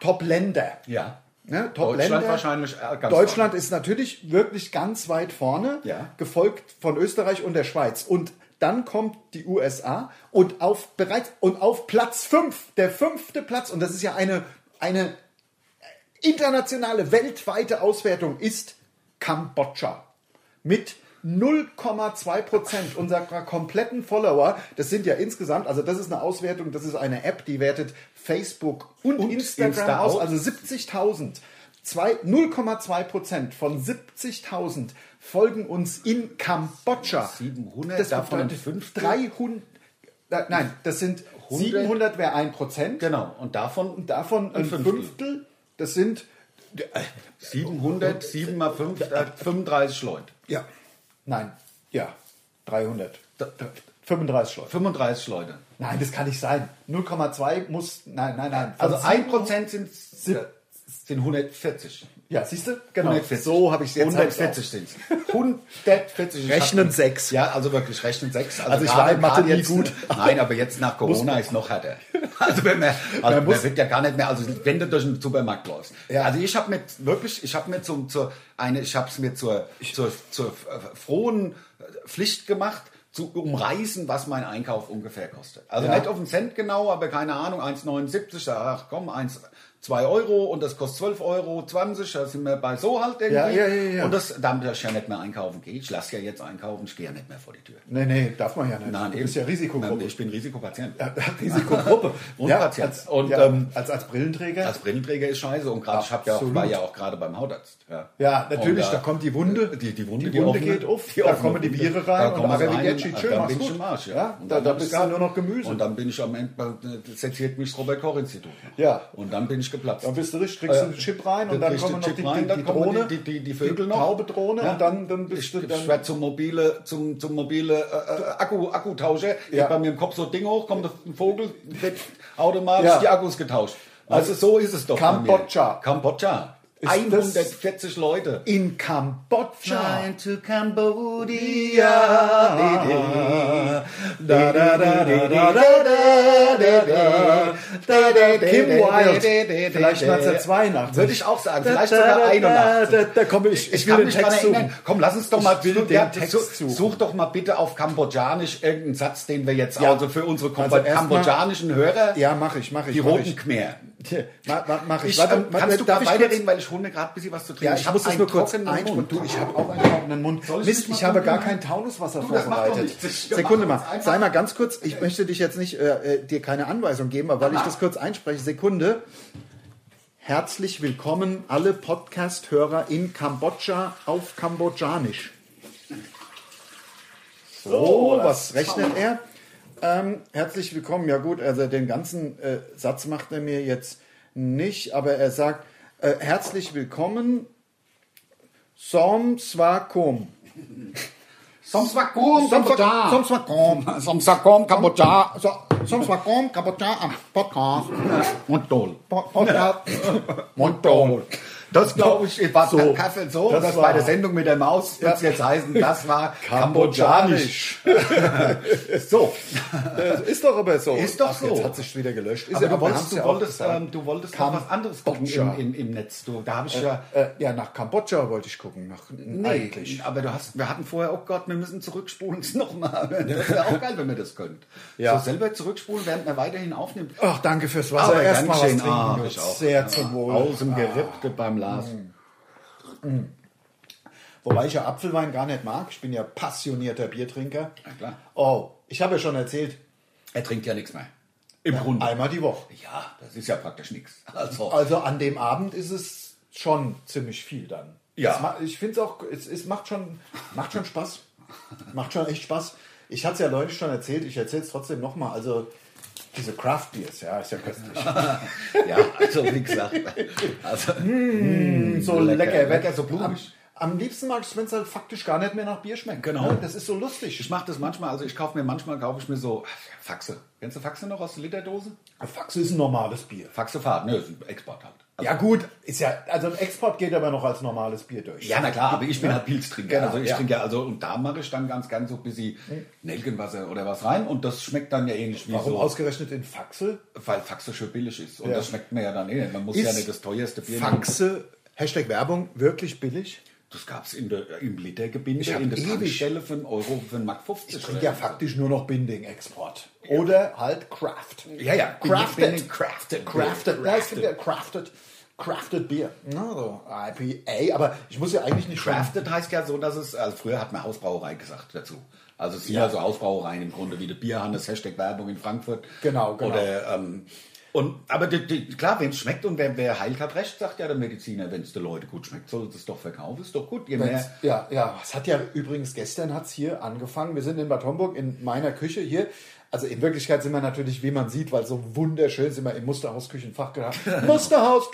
Speaker 2: Top-Länder.
Speaker 3: Ja.
Speaker 2: Ne?
Speaker 3: Deutschland
Speaker 2: Top-Länder.
Speaker 3: wahrscheinlich äh, ganz
Speaker 2: Deutschland ist natürlich wirklich ganz weit vorne,
Speaker 3: Ja.
Speaker 2: gefolgt von Österreich und der Schweiz. Und dann kommt die USA und auf bereits und auf Platz 5, der fünfte Platz, und das ist ja eine, eine internationale, weltweite Auswertung, ist Kambodscha. Mit 0,2 Prozent unserer kompletten Follower, das sind ja insgesamt, also das ist eine Auswertung, das ist eine App, die wertet Facebook und,
Speaker 3: Und
Speaker 2: Instagram
Speaker 3: Insta
Speaker 2: aus,
Speaker 3: aus.
Speaker 2: also 70.000. Zwei- 0,2 Prozent von 70.000 folgen uns in Kambodscha.
Speaker 3: 700,
Speaker 2: das
Speaker 3: davon ein
Speaker 2: bedeutet
Speaker 3: Fünftel?
Speaker 2: 300, äh, nein, das sind
Speaker 3: 100?
Speaker 2: 700 wäre 1 Prozent.
Speaker 3: Genau. Und davon,
Speaker 2: Und davon ein Fünftel. das sind,
Speaker 3: 700, 7 mal 5, äh, 35 Leute.
Speaker 2: ja, nein, ja, 300.
Speaker 3: Da-
Speaker 2: 35 Leute.
Speaker 3: 35 Leute.
Speaker 2: Nein, das kann nicht sein. 0,2 muss, nein, nein, nein.
Speaker 3: Also
Speaker 2: Von
Speaker 3: 1% sind, äh, sind 140.
Speaker 2: Ja, siehst du? Genau.
Speaker 3: 140.
Speaker 2: So habe ich es jetzt.
Speaker 3: 140 sind 140. Ich
Speaker 2: Rechnen
Speaker 3: hab-
Speaker 2: sechs.
Speaker 3: Ja, also wirklich rechnen sechs.
Speaker 2: Also ich
Speaker 3: gerade-
Speaker 2: war in Mathe
Speaker 3: gerade
Speaker 2: nie
Speaker 3: jetzt-
Speaker 2: gut.
Speaker 3: Nein, aber jetzt nach Corona ist noch härter. Also wenn man, also man,
Speaker 2: muss-
Speaker 3: wird ja gar nicht mehr, also wenn du durch den Supermarkt läufst.
Speaker 2: Ja.
Speaker 3: Also ich habe mir wirklich, ich habe mir zum, zur, eine, ich habe es mir zur, zur, zur äh, frohen Pflicht gemacht, zu umreißen, was mein Einkauf ungefähr kostet. Also
Speaker 2: Ja.
Speaker 3: nicht auf den Cent genau, aber keine Ahnung, 1,79, ach komm, 1,20 2 Euro und das kostet 12 Euro, 20, da sind wir bei so halt irgendwie.
Speaker 2: Ja, ja, ja, ja.
Speaker 3: Und das, damit ich ja nicht mehr einkaufen gehe. Ich lasse ja jetzt einkaufen, ich gehe ja nicht mehr vor die Tür.
Speaker 2: Nee, nee, darf man ja nicht. du bist ja Risikogruppe.
Speaker 3: Ich bin Risikopatient.
Speaker 2: Risikogruppe.
Speaker 3: Und
Speaker 2: ja,
Speaker 3: Patient.
Speaker 2: als,
Speaker 3: Und,
Speaker 2: ja,
Speaker 3: ähm,
Speaker 2: als, als Brillenträger.
Speaker 3: Als Brillenträger ist scheiße und gerade ich hab ja auch, war
Speaker 2: Absolut.
Speaker 3: ja auch gerade beim Hautarzt. Ja,
Speaker 2: ja, natürlich,
Speaker 3: Und, äh,
Speaker 2: da kommt die Wunde.
Speaker 3: die, die Wunde,
Speaker 2: die Wunde
Speaker 3: offene-
Speaker 2: geht auf,
Speaker 3: die
Speaker 2: da
Speaker 3: offene
Speaker 2: kommen die
Speaker 3: Wunde.
Speaker 2: Biere rein
Speaker 3: da
Speaker 2: und
Speaker 3: kommen
Speaker 2: aber
Speaker 3: sie rein,
Speaker 2: Arrivederci,
Speaker 3: und
Speaker 2: tschö,
Speaker 3: dann
Speaker 2: mach's
Speaker 3: bin ich
Speaker 2: gut.
Speaker 3: im Arsch, ja.
Speaker 2: Ja,
Speaker 3: Und
Speaker 2: da- da
Speaker 3: hab
Speaker 2: bist
Speaker 3: ich
Speaker 2: du
Speaker 3: gesagt,
Speaker 2: nur noch Gemüse.
Speaker 3: Und dann bin ich am Ende, äh, seziert mich das Robert-Koch-Institut.
Speaker 2: Ja.
Speaker 3: Und dann bin ich geplatzt.
Speaker 2: Dann bist du richtig, kriegst du einen Chip rein und dann
Speaker 3: kriegst du
Speaker 2: kommen noch
Speaker 3: den
Speaker 2: die,
Speaker 3: Chip rein,
Speaker 2: die,
Speaker 3: dann
Speaker 2: die
Speaker 3: kommen
Speaker 2: Drohne,
Speaker 3: die- die- die Vögel noch.
Speaker 2: taube Drohne und dann, dann bist
Speaker 3: ich,
Speaker 2: du dann.
Speaker 3: ich werd zum mobile, zum, zum mobile äh, äh, Akku, Akkutauscher. Geht
Speaker 2: Ja.
Speaker 3: bei mir im Kopf so ein Ding hoch, kommt ein Vogel, wird automatisch
Speaker 2: Ja.
Speaker 3: die Akkus getauscht. Also so ist es doch. bei mir.
Speaker 2: Kambodscha.
Speaker 3: Kambodscha.
Speaker 2: Ist
Speaker 3: 140 Leute.
Speaker 2: in Kambodscha.
Speaker 4: Flying to Cambodia.
Speaker 2: Kim Wilde, vielleicht 1982.
Speaker 3: Würde ich auch sagen, vielleicht sogar 81.
Speaker 2: Da, da, da komm, ich, ich will den Text
Speaker 3: dran
Speaker 2: suchen.
Speaker 3: erinnern. Komm, lass uns doch mal
Speaker 2: Ich will
Speaker 3: such-
Speaker 2: den Text
Speaker 3: such-
Speaker 2: suchen.
Speaker 3: Such doch mal bitte auf Kambodschanisch irgendeinen Satz, den wir jetzt
Speaker 2: Ja.
Speaker 3: also für unsere Kambo-
Speaker 2: Also erst mal-
Speaker 3: kambodschanischen Hörer,
Speaker 2: Ja, mach ich, mach ich.
Speaker 3: die
Speaker 2: mach
Speaker 3: roten
Speaker 2: ich.
Speaker 3: Khmer.
Speaker 2: Ma- ma- Mach ich.
Speaker 3: Ich,
Speaker 2: Warte,
Speaker 3: ähm,
Speaker 2: warte,
Speaker 3: kannst du
Speaker 2: darf ich kurz-
Speaker 3: weiterreden, weil ich hole mir gerade ein bisschen was zu trinken.
Speaker 2: Ja, ich, muss das
Speaker 3: einen
Speaker 2: nur kurz
Speaker 3: trockenen
Speaker 2: einsprühen.
Speaker 3: Mund.
Speaker 2: Du, ich habe auch einen trockenen Mund.
Speaker 3: ich
Speaker 2: Mist,
Speaker 3: nicht mal
Speaker 2: ich habe gar
Speaker 3: probieren?
Speaker 2: kein Taunuswasser
Speaker 3: das macht doch
Speaker 2: vorbereitet.
Speaker 3: nichts. Wir
Speaker 2: Sekunde mal,
Speaker 3: machen uns
Speaker 2: sei mal ganz kurz. Ich möchte dich jetzt nicht äh, äh, dir keine Anweisung geben, aber weil ich das kurz einspreche. Sekunde. Herzlich willkommen alle Podcast-Hörer in Kambodscha auf Kambodschanisch. So, Oh, was rechnet er? Ähm, herzlich willkommen. Ja gut, also den ganzen äh, Satz macht er mir jetzt nicht, aber er sagt äh, herzlich willkommen. Som Swakum.
Speaker 3: Somswakum,
Speaker 4: Kambodscha. Samstagkom. Samstagkom, Kambodscha. Samstagkom, Kambodscha am Podcast.
Speaker 3: und Dol.
Speaker 4: Pod- Podcast.
Speaker 3: Montol. Das glaube ich, war so. Kassel so.
Speaker 2: Das
Speaker 3: Das, das
Speaker 2: war-
Speaker 3: bei der Sendung mit der Maus wird es jetzt heißen, das war kambodschanisch. so,
Speaker 2: Äh, ist doch aber so.
Speaker 3: Ist doch so.
Speaker 2: Jetzt hat sich wieder gelöscht. Ist
Speaker 3: aber
Speaker 2: ja-
Speaker 3: du
Speaker 2: wir
Speaker 3: wolltest,
Speaker 2: haben's
Speaker 3: du
Speaker 2: ja auch
Speaker 3: wolltest,
Speaker 2: gesagt.
Speaker 3: ähm, du wolltest noch was anderes gucken
Speaker 2: Kambodscha.
Speaker 3: im, im, im Netz. Du, da habe ich ja.
Speaker 2: äh, ja, nach Kambodscha wollte ich gucken. Nach, nee. Eigentlich.
Speaker 3: aber du hast, wir hatten vorher, oh Gott, wir müssen zurückspulen nochmal. Das wäre auch geil, wenn wir das könnt.
Speaker 2: Ja.
Speaker 3: So selber zurückspulen, während man weiterhin aufnimmt.
Speaker 2: Ach, danke fürs
Speaker 3: Aber
Speaker 2: Wasser. Erstmal was
Speaker 3: Dankeschön.
Speaker 2: trinken.
Speaker 3: Ah,
Speaker 2: Lutz.
Speaker 3: ich auch.
Speaker 2: Sehr zum Wohl.
Speaker 3: Aus dem Gerippte beim Lars.
Speaker 2: Wobei ich ja Apfelwein gar nicht mag. Ich bin ja passionierter Biertrinker.
Speaker 3: Na klar.
Speaker 2: Oh, ich habe ja schon erzählt,
Speaker 3: Er trinkt ja nichts mehr. Im Grunde.
Speaker 2: einmal die Woche.
Speaker 3: Ja, das ist ja praktisch nichts. Also,
Speaker 2: Also an dem Abend ist es schon ziemlich viel dann.
Speaker 3: Ja.
Speaker 2: Es ma- ich finde es auch, es, es macht, schon, macht schon Spaß. macht schon echt Spaß. Ich hatte es ja neulich schon erzählt, ich erzähle es trotzdem nochmal. Also diese Craft Beers, ja, ist ja köstlich.
Speaker 3: ja, also wie gesagt. Also,
Speaker 2: so
Speaker 3: lecker,
Speaker 2: lecker, ne?
Speaker 3: lecker, so blumig.
Speaker 2: Am, am liebsten mag ich es, wenn es halt faktisch gar nicht mehr nach Bier schmeckt.
Speaker 3: Genau.
Speaker 2: Ne? Das ist so lustig.
Speaker 3: ich mache das manchmal, also ich kaufe mir manchmal, kaufe ich mir so Faxe. Kennst du Faxe noch aus der Literdose?
Speaker 2: Faxe ist ein normales Bier.
Speaker 3: Faxe Fahrt, ne, ist ein Export halt.
Speaker 2: Ja gut, ist ja, also ein Export geht aber noch als normales Bier durch.
Speaker 3: Ja, na klar, aber ich bin halt Pilztrinker.
Speaker 2: Genau,
Speaker 3: also ich
Speaker 2: ja. Hm.
Speaker 3: trinke ja, also und da mache ich dann ganz, ganz so ein bisschen Nelkenwasser oder was rein und das schmeckt dann ja ähnlich wie
Speaker 2: Warum
Speaker 3: so,
Speaker 2: ausgerechnet in Faxe?
Speaker 3: weil Faxe schön billig ist und
Speaker 2: Ja.
Speaker 3: das schmeckt mir ja dann eh nicht. Man muss
Speaker 2: Ist
Speaker 3: ja nicht das teuerste Bier nehmen.
Speaker 2: Faxe, Hashtag Werbung, wirklich billig?
Speaker 3: Das gab's in der, im Litergebinde,
Speaker 2: Ich hab
Speaker 3: in der
Speaker 2: ewig-
Speaker 3: Tankstelle für einen Euro, für einen Mark 50.
Speaker 2: Ich
Speaker 3: oder
Speaker 2: trinke ja
Speaker 3: so.
Speaker 2: faktisch nur noch Binding-Export. Oder halt Craft.
Speaker 3: Ja, ja,
Speaker 2: Crafted.
Speaker 3: Binding- Crafted.
Speaker 2: Crafted. Ja, es gibt ja
Speaker 3: Crafted.
Speaker 2: Crafted. Crafted Bier. Na, so IPA. Aber ich muss ja eigentlich nicht
Speaker 3: Crafted heißt ja so, dass es, also früher hat man Hausbrauerei gesagt dazu. Also es sind ja, so Hausbrauereien im Grunde, wie der Bierhannes, Hashtag Werbung in Frankfurt.
Speaker 2: Genau, genau.
Speaker 3: Oder, ähm, und, aber die, die, klar, wenn es schmeckt und wer, wer heilt hat recht, sagt ja der Mediziner, wenn es den Leuten gut schmeckt, soll es doch verkaufen, ist doch gut. Je
Speaker 2: Wenn's-
Speaker 3: mehr,
Speaker 2: Ja, ja. Es hat ja übrigens gestern hat's hier angefangen. Wir sind in Bad Homburg in meiner Küche hier. Also in Wirklichkeit sind wir natürlich, wie man sieht, weil so wunderschön sind wir im Musterhaus Küchenfachgeschäft. Musterhaus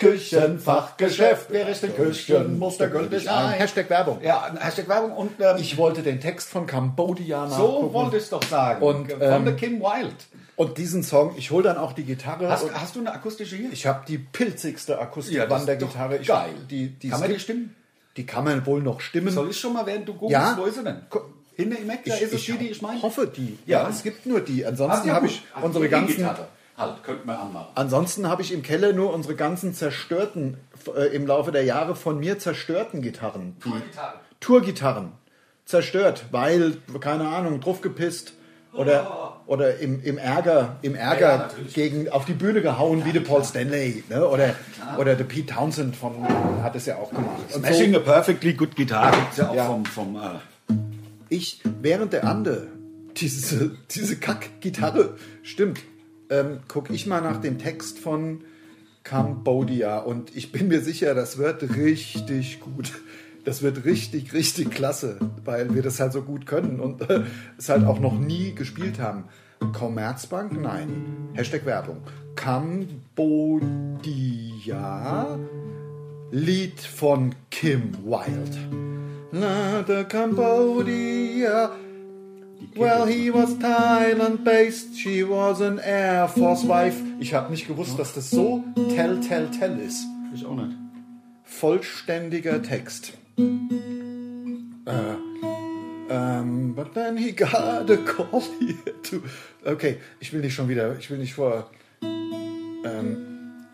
Speaker 2: Küchenfachgeschäft. Wer ist denn Küchen? Mustergültig ein. Hashtag Werbung.
Speaker 3: ja, Hashtag Werbung und ähm,
Speaker 2: Ich wollte den Text von Cambodia
Speaker 3: so
Speaker 2: nachgucken.
Speaker 3: wollte ich es doch sagen.
Speaker 2: Und,
Speaker 3: von
Speaker 2: ähm,
Speaker 3: der Kim Wilde.
Speaker 2: Und diesen Song, ich hole dann auch die Gitarre.
Speaker 3: Hast,
Speaker 2: und
Speaker 3: hast du eine akustische hier?
Speaker 2: ich habe die pilzigste
Speaker 3: Ja, das ist
Speaker 2: Akustikwandergitarre.
Speaker 3: doch
Speaker 2: Ich-
Speaker 3: geil.
Speaker 2: Die, die,
Speaker 3: Kann man die
Speaker 2: die,
Speaker 3: stimmen?
Speaker 2: die kann man wohl noch stimmen.
Speaker 3: Soll ich schon mal, während du googelst,
Speaker 2: Ja.
Speaker 3: wo ist sie denn?
Speaker 2: Ko-
Speaker 3: Hinter im Eck, da ist es die, die ich meine.
Speaker 2: hoffe die.
Speaker 3: Ja.
Speaker 2: Ja. es gibt nur die.
Speaker 3: Ach,
Speaker 2: Ansonsten
Speaker 3: ja,
Speaker 2: habe
Speaker 3: gut.
Speaker 2: ich
Speaker 3: Also
Speaker 2: unsere
Speaker 3: die
Speaker 2: ganzen.
Speaker 3: E-Gitarre. Halt, könnten wir anmachen.
Speaker 2: Ansonsten habe ich im Keller nur unsere ganzen zerstörten, äh, im Laufe der Jahre von mir zerstörten Gitarren. Die-
Speaker 3: Tourgitarren.
Speaker 2: Tourgitarren. Zerstört, weil, keine Ahnung, draufgepisst Oder, oder im, im Ärger, im Ärger
Speaker 3: Ja, ja, natürlich.
Speaker 2: gegen, auf die Bühne gehauen, wie der Paul Stanley. Ne? Oder, oder der Pete Townsend von, hat es ja auch gemacht. Und so,
Speaker 3: Smashing a perfectly good guitar gibt's ja auch
Speaker 2: Ja.
Speaker 3: vom, vom äh,
Speaker 2: ich, während der Ande diese, diese Kackgitarre, stimmt, ähm, gucke ich mal nach dem Text von Cambodia und ich bin mir sicher, das wird richtig gut. Das wird richtig, richtig klasse, weil wir das halt so gut können und äh, es halt auch noch nie gespielt haben. Commerzbank? Nein. Hashtag Werbung. Cambodia? Lied von Kim Wilde. Not a Cambodia. Well, he was Thailand-based. She was an Air Force wife. Ich habe nicht gewusst, dass das so tell, tell, tell ist.
Speaker 3: Ich auch nicht.
Speaker 2: Vollständiger Text. Äh, ähm, but then he got a call here to. Okay, ich will nicht schon wieder. Ich will nicht vor. Ähm,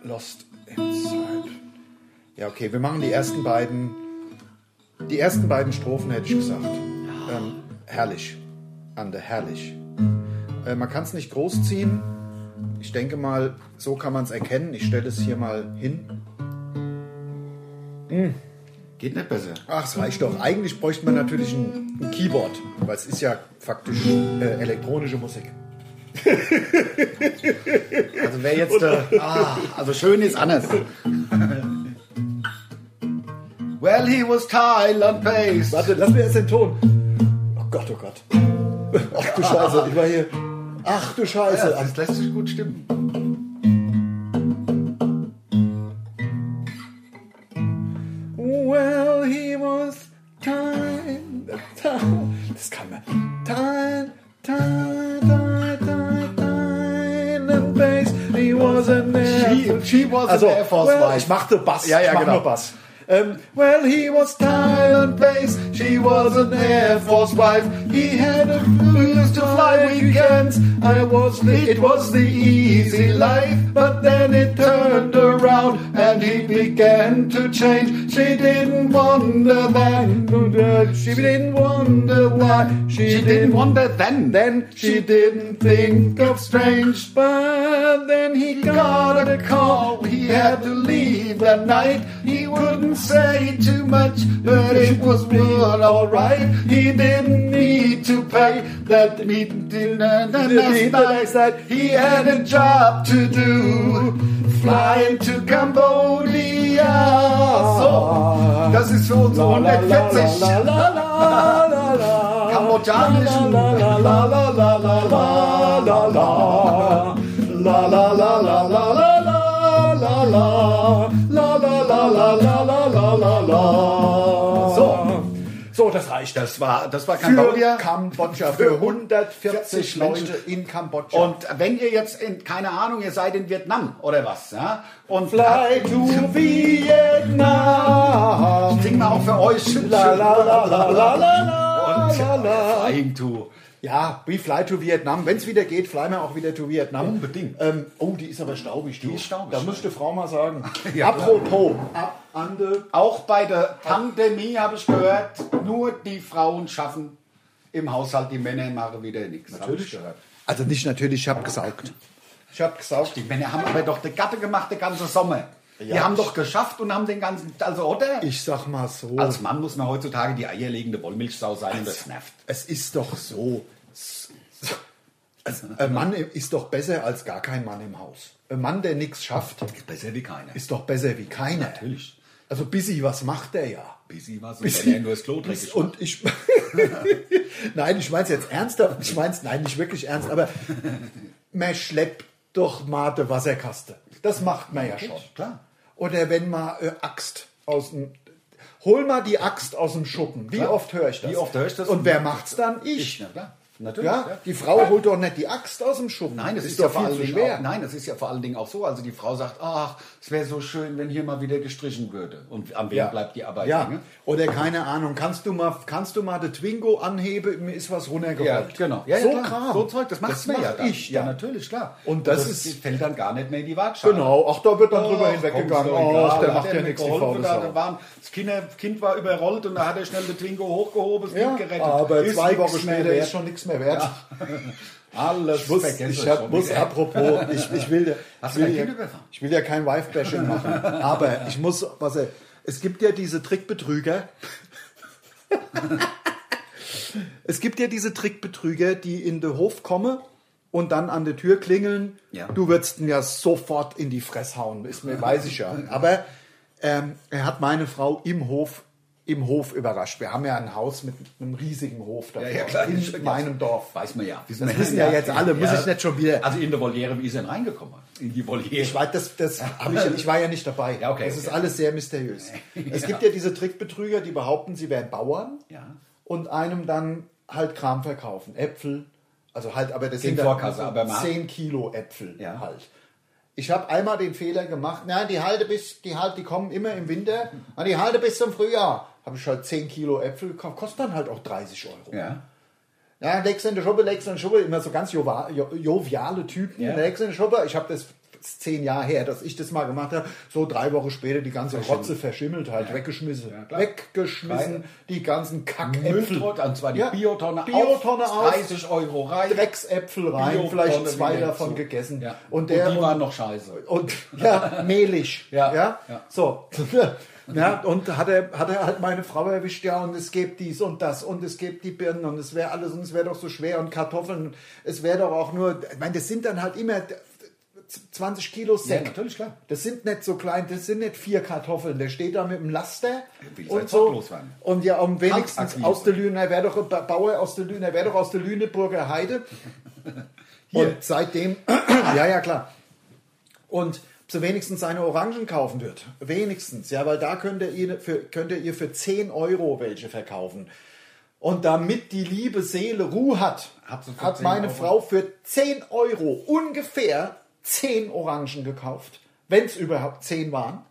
Speaker 2: lost inside. Ja, okay, wir machen die ersten beiden. Die ersten beiden Strophen hätte ich gesagt. Ähm, herrlich. Ande, herrlich. Äh, man kann es nicht groß ziehen. Ich denke mal, so kann man es erkennen. Ich stelle es hier mal hin.
Speaker 3: Geht nicht besser.
Speaker 2: Ach, es reicht doch. Eigentlich bräuchte man natürlich ein, ein Keyboard, weil es ist ja faktisch äh, elektronische Musik.
Speaker 3: Also wer jetzt, äh, ah, also schön ist anders. Well, he was Thailand-based.
Speaker 2: Warte, lass mir erst den Ton. Oh Gott, oh Gott. Ach du Scheiße, ich war hier. Ach du Scheiße.
Speaker 3: Das lässt sich gut stimmen.
Speaker 2: Well, he was time. Das kann man. Time, time, time, time, time and bass. He was a
Speaker 3: She, she was
Speaker 2: Also,
Speaker 3: an Air Force
Speaker 2: well,
Speaker 3: wife.
Speaker 2: ich machte Bass.
Speaker 3: Ja, ja,
Speaker 2: ich mach
Speaker 3: genau.
Speaker 2: nur Bass. Ähm, well, he was Thailand based. She was an Air Force wife. He had a cruise to fly weekends. I was the, it was the easy life, but then it turned around and he began to change. She didn't wonder that. She didn't wonder why. She,
Speaker 3: She didn't wonder then.
Speaker 2: Then she didn't think of strange, but then he got a call. He had to leave that night. He wouldn't say too much, but it was real alright. He didn't need to pay that meat dinner the next night. He had a job to do. Flying to Cambodia. So,
Speaker 3: Das ist für unsere 140
Speaker 2: La, la, la, la, la, la.
Speaker 3: kambodschanischen.
Speaker 2: La, la, la, la, la, la, la, la, la. La, la, la, la, la, la, la, la, la. La, la, la, la, la, la, la, la, la.
Speaker 3: So.
Speaker 2: So, das reicht.
Speaker 3: Das war, das war
Speaker 2: Für
Speaker 3: Cambodia.
Speaker 2: Kambodscha, für 140 Leute in Kambodscha.
Speaker 3: Und wenn ihr jetzt in, keine Ahnung, ihr seid in Vietnam oder was, ja? Und
Speaker 2: Fly to Vietnam.
Speaker 3: singen wir auch für euch.
Speaker 2: La, la, la, la, la, la, la, la,
Speaker 3: Und
Speaker 2: la.
Speaker 3: Flying to.
Speaker 2: Ja, we fly to Vietnam. Wenn es wieder geht, fly wir auch wieder to Vietnam.
Speaker 3: Unbedingt.
Speaker 2: Ähm, oh, die ist aber staubig. Die
Speaker 3: ist staubig,
Speaker 2: Da
Speaker 3: ja.
Speaker 2: müsste Frau mal sagen.
Speaker 3: Ja, klar.
Speaker 2: Apropos. Ab, ande.
Speaker 3: Auch bei der Pandemie habe ich gehört, nur die Frauen schaffen im Haushalt, die Männer machen wieder nichts. Natürlich ich gehört.
Speaker 2: Also nicht natürlich, ich hab gesaugt. Ich hab gesaugt.
Speaker 3: Die Männer haben aber doch die Gatte gemacht, den ganzen Sommer. Die
Speaker 2: Ja.
Speaker 3: haben doch geschafft und haben den ganzen, also oder?
Speaker 2: Ich sag mal so.
Speaker 3: Als Mann muss man heutzutage die eierlegende Wollmilchsau sein und das nervt.
Speaker 2: es ist doch so. s- s- Also, ein Mann ist doch besser als gar kein Mann im Haus. Ein Mann, der nichts schafft,
Speaker 3: Besser wie keiner.
Speaker 2: ist doch besser wie keiner.
Speaker 3: Natürlich.
Speaker 2: Also busy, was macht der ja?
Speaker 3: Busy war so,
Speaker 2: Bis-
Speaker 3: wenn er nur das Klo dreckig
Speaker 2: bis- Und ich. nein, ich meine es jetzt ernsthaft. Ich meine es, nein, nicht wirklich ernst, aber man schleppt doch mal die Wasserkaste. Das macht man ja schon.
Speaker 3: klar.
Speaker 2: Oder wenn man äh, Axt aus dem. Hol mal die Axt aus dem Schuppen. Wie
Speaker 3: Klar.
Speaker 2: oft höre ich das?
Speaker 3: Wie oft höre ich das?
Speaker 2: Und wer macht's dann? Ich.
Speaker 3: Ich, na klar. Natürlich.
Speaker 2: ja?
Speaker 3: ja.
Speaker 2: Die Frau holt doch nicht die Axt aus dem Schuppen.
Speaker 3: Nein, das ist,
Speaker 2: doch
Speaker 3: ja vor allen
Speaker 2: viel zu
Speaker 3: Dingen
Speaker 2: schwer.
Speaker 3: Auch, nein, das ist ja vor allen Dingen auch so. Also die Frau sagt, ach, es wäre so schön, wenn hier mal wieder gestrichen würde. Und an wem bleibt die Arbeit
Speaker 2: Ja.
Speaker 3: hängen?
Speaker 2: Oder keine Ahnung, kannst du mal, kannst du mal den Twingo anheben, mir ist was
Speaker 3: Ja,
Speaker 2: runtergerollt.
Speaker 3: genau. Ja, ja,
Speaker 2: so
Speaker 3: klar.
Speaker 2: Kram.
Speaker 3: So Zeug, das macht man ja
Speaker 2: mach
Speaker 3: dann.
Speaker 2: ich, ja.
Speaker 3: natürlich, klar.
Speaker 2: Und das ist-
Speaker 3: fällt dann gar nicht mehr in die Waagschale.
Speaker 2: Genau, ach, da wird dann drüber
Speaker 3: Ach,
Speaker 2: hinweggegangen.
Speaker 3: komm, ist doch egal.
Speaker 2: Ach, der
Speaker 3: Da
Speaker 2: macht
Speaker 3: hat
Speaker 2: ja
Speaker 3: mir
Speaker 2: nichts, die
Speaker 3: geholfen,
Speaker 2: faule
Speaker 3: da hat
Speaker 2: Sau.
Speaker 3: er warm- Das kind, kind war überrollt und da hat er schnell den Twingo hochgehoben, das
Speaker 2: Ja,
Speaker 3: Kind gerettet.
Speaker 2: aber
Speaker 3: Ist
Speaker 2: zwei
Speaker 3: nix
Speaker 2: Wochen
Speaker 3: mehr
Speaker 2: später
Speaker 3: wert.
Speaker 2: ist schon nichts mehr wert.
Speaker 3: Alles
Speaker 2: Ich muss, ich hab, muss apropos, ich, ich will, ich
Speaker 3: Hast du
Speaker 2: will,
Speaker 3: dein
Speaker 2: ja,
Speaker 3: Kind überfahren?
Speaker 2: ich will ja kein Wife-Bashing machen, aber ich muss, was er, es gibt ja diese Trickbetrüger. es gibt ja diese Trickbetrüger, die in den Hof kommen und dann an der Tür klingeln.
Speaker 3: Ja.
Speaker 2: Du würdest ihn ja sofort in die Fresse hauen, ist mir, weiß ich ja. Aber ähm, er hat meine Frau im Hof im Hof überrascht. Wir haben ja ein Haus mit einem riesigen Hof davor,
Speaker 3: Ja, ja, klar,
Speaker 2: in
Speaker 3: schon, ja.
Speaker 2: meinem Dorf.
Speaker 3: Weiß man ja.
Speaker 2: Das wissen ja jetzt alle, muss ich nicht schon wieder.
Speaker 3: Also in der Voliere, wie ist er denn reingekommen? In die Voliere.
Speaker 2: Ich, weiß, das, das hab ich, ja- ich war ja nicht dabei.
Speaker 3: Ja, okay,
Speaker 2: das ist
Speaker 3: okay.
Speaker 2: alles sehr mysteriös. Es gibt ja diese Trickbetrüger, die behaupten, sie wären Bauern
Speaker 3: Ja.
Speaker 2: und einem dann halt Kram verkaufen. Äpfel, also halt, aber das
Speaker 3: Gegen
Speaker 2: sind dann
Speaker 3: Vorkasse, aber man-
Speaker 2: 10 Kilo Äpfel
Speaker 3: Ja.
Speaker 2: halt. Ich habe einmal den Fehler gemacht, na, die halte bis, die halt, die kommen immer im Winter, na, die halte bis zum Frühjahr. Habe ich halt 10 Kilo Äpfel gekauft, kostet dann halt auch 30 Euro.
Speaker 3: Ja.
Speaker 2: Ja, legst in die Schuppe, legst in die Schuppe. Immer so ganz jova- jo joviale Typen.
Speaker 3: Ja.
Speaker 2: Legst in die Schuppe. Ich habe das ist zehn Jahre her, dass ich das mal gemacht habe. So drei Wochen später die ganze Rotze verschimmelt halt, weggeschmissen.
Speaker 3: klar.
Speaker 2: weggeschmissen, die ganzen Kackäpfel.
Speaker 3: Mülltrott, und zwar die
Speaker 2: Ja.
Speaker 3: Biotonne,
Speaker 2: Biotonne
Speaker 3: auf,
Speaker 2: aus.
Speaker 3: 30 Euro rein.
Speaker 2: Drecksäpfel rein,
Speaker 3: Biotonne
Speaker 2: vielleicht zwei
Speaker 3: wieder
Speaker 2: davon
Speaker 3: zu.
Speaker 2: gegessen.
Speaker 3: Ja.
Speaker 2: Und, der
Speaker 3: und die waren noch scheiße.
Speaker 2: und ja, mehlig.
Speaker 3: Ja,
Speaker 2: Ja,
Speaker 3: ja.
Speaker 2: so. Ja, und hat er, hat er halt meine Frau erwischt, ja, und es gibt dies und das und es gibt die Birnen und es wäre alles und es wäre doch so schwer und Kartoffeln, es wäre doch auch nur, ich meine, das sind dann halt immer 20 Kilo Sekt.
Speaker 3: natürlich, klar.
Speaker 2: Das sind nicht so klein, das sind nicht vier Kartoffeln. Der steht da mit dem Laster
Speaker 3: will sein Zeug
Speaker 2: und so.
Speaker 3: loswerden.
Speaker 2: Und ja, um wenigstens
Speaker 3: Kampfakquise.
Speaker 2: aus der Lüne, er wäre doch ein Ba- Bauer aus der Lüne, er wäre doch aus der Lüneburger Heide. Und seitdem, ja, ja, klar. Und so wenigstens seine Orangen kaufen wird. Wenigstens, ja, weil da könnt ihr, ihr für, könnt ihr ihr für 10 Euro welche verkaufen. Und damit die liebe Seele Ruhe hat,
Speaker 3: Habt ihr für
Speaker 2: hat
Speaker 3: 10
Speaker 2: meine
Speaker 3: Euro?
Speaker 2: Frau für 10 Euro ungefähr 10 Orangen gekauft, wenn es überhaupt 10 waren.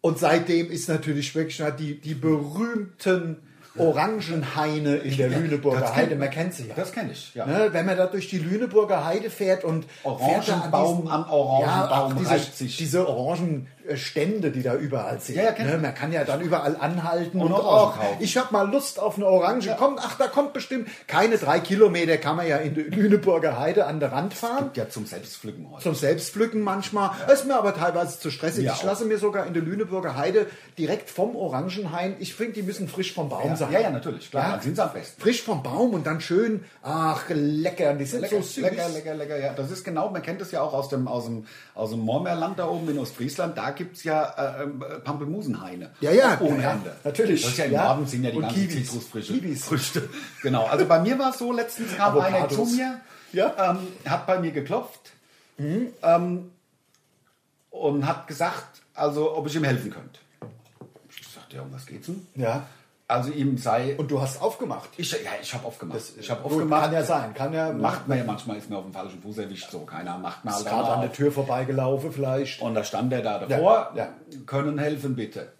Speaker 2: Und seitdem ist natürlich wirklich na, die, die berühmten Orangenhaine in der Lüneburger Heide, man kennt sie ja.
Speaker 3: Das kenne ich, ja.
Speaker 2: Ne, wenn man da durch die Lüneburger Heide fährt und fährt da
Speaker 3: Orangenbaum
Speaker 2: diesen-
Speaker 3: an Orangenbaum
Speaker 2: ja, auch
Speaker 3: reibt
Speaker 2: diese,
Speaker 3: sich.
Speaker 2: diese Orangenstände, die da überall sind.
Speaker 3: Ja, ja, kennt
Speaker 2: ne,
Speaker 3: man.
Speaker 2: man kann ja dann überall anhalten
Speaker 3: Und
Speaker 2: und,
Speaker 3: Orangen
Speaker 2: auch,
Speaker 3: kaufen.
Speaker 2: ich habe mal Lust auf eine Orange. Kommt, ach, da kommt bestimmt keine drei Kilometer, kann man ja in die Lüneburger Heide an der Rand fahren.
Speaker 3: Ja, zum Selbstpflücken heute.
Speaker 2: Zum Selbstpflücken manchmal. Ist mir aber teilweise zu stressig.
Speaker 3: Mir
Speaker 2: ich
Speaker 3: auch.
Speaker 2: lasse mir sogar in der Lüneburger Heide direkt vom Orangenhain, ich finde, die müssen frisch vom Baum sein.
Speaker 3: Ja, ja, natürlich, klar.
Speaker 2: Ja.
Speaker 3: Dann sind sie am besten.
Speaker 2: Frisch vom Baum und dann schön, ach, lecker. Und die sind so süß.
Speaker 3: lecker, lecker, lecker, ja. Das ist genau, man kennt es ja auch aus dem, aus dem, aus dem Mormerland da oben in Ostfriesland, da gibt es ja äh, ähm, Pampelmusenhaine.
Speaker 2: Ja, ja,
Speaker 3: Ohne
Speaker 2: ja, ja,
Speaker 3: Ende.
Speaker 2: natürlich,
Speaker 3: Das ist ja im
Speaker 2: ja.
Speaker 3: Norden sind ja die
Speaker 2: Und
Speaker 3: ganzen
Speaker 2: Kiwis.
Speaker 3: Zitrusfrische
Speaker 2: Kiwis.
Speaker 3: Früchte. Genau, also bei mir war es so, letztens kam einer zu
Speaker 2: Avocados.
Speaker 3: mir,
Speaker 2: Ja. Mhm.
Speaker 3: ähm, hat bei mir geklopft ähm, und hat gesagt, also ob ich ihm helfen könnte. Ich sagte, ja, um was geht's denn?
Speaker 2: Ja.
Speaker 3: Also ihm sei...
Speaker 2: Und du hast aufgemacht.
Speaker 3: ich, ja, ich habe aufgemacht. ich habe
Speaker 2: Gut,
Speaker 3: aufgemacht.
Speaker 2: Kann ja sein. Kann ja.
Speaker 3: Macht man ja manchmal, ist mir auf dem falschen Fuß erwischt, so keiner macht mal.
Speaker 2: Ist gerade an der Tür vorbeigelaufen vielleicht.
Speaker 3: Und da stand er da davor,
Speaker 2: Ja, ja.
Speaker 3: können helfen bitte.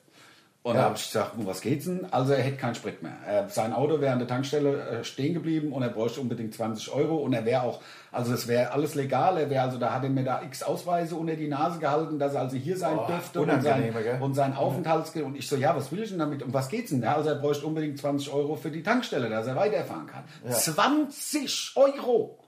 Speaker 3: Und da
Speaker 2: Ja.
Speaker 3: habe ich gesagt, um was geht's denn? Also er hätte keinen Sprit mehr. Er, sein Auto wäre an der Tankstelle äh, stehen geblieben und er bräuchte unbedingt 20 Euro und er wäre auch, also das wäre alles legal, er wäre also, da hat er mir da x Ausweise unter die Nase gehalten, dass er also hier sein dürfte und sein,
Speaker 2: Oh, unangenehme, gell?
Speaker 3: und sein Aufenthaltsgeld. Und ich so, ja, was will ich denn damit? Um was geht's denn? Ja, also er bräuchte unbedingt 20 Euro für die Tankstelle, dass er weiterfahren kann. 20 Euro!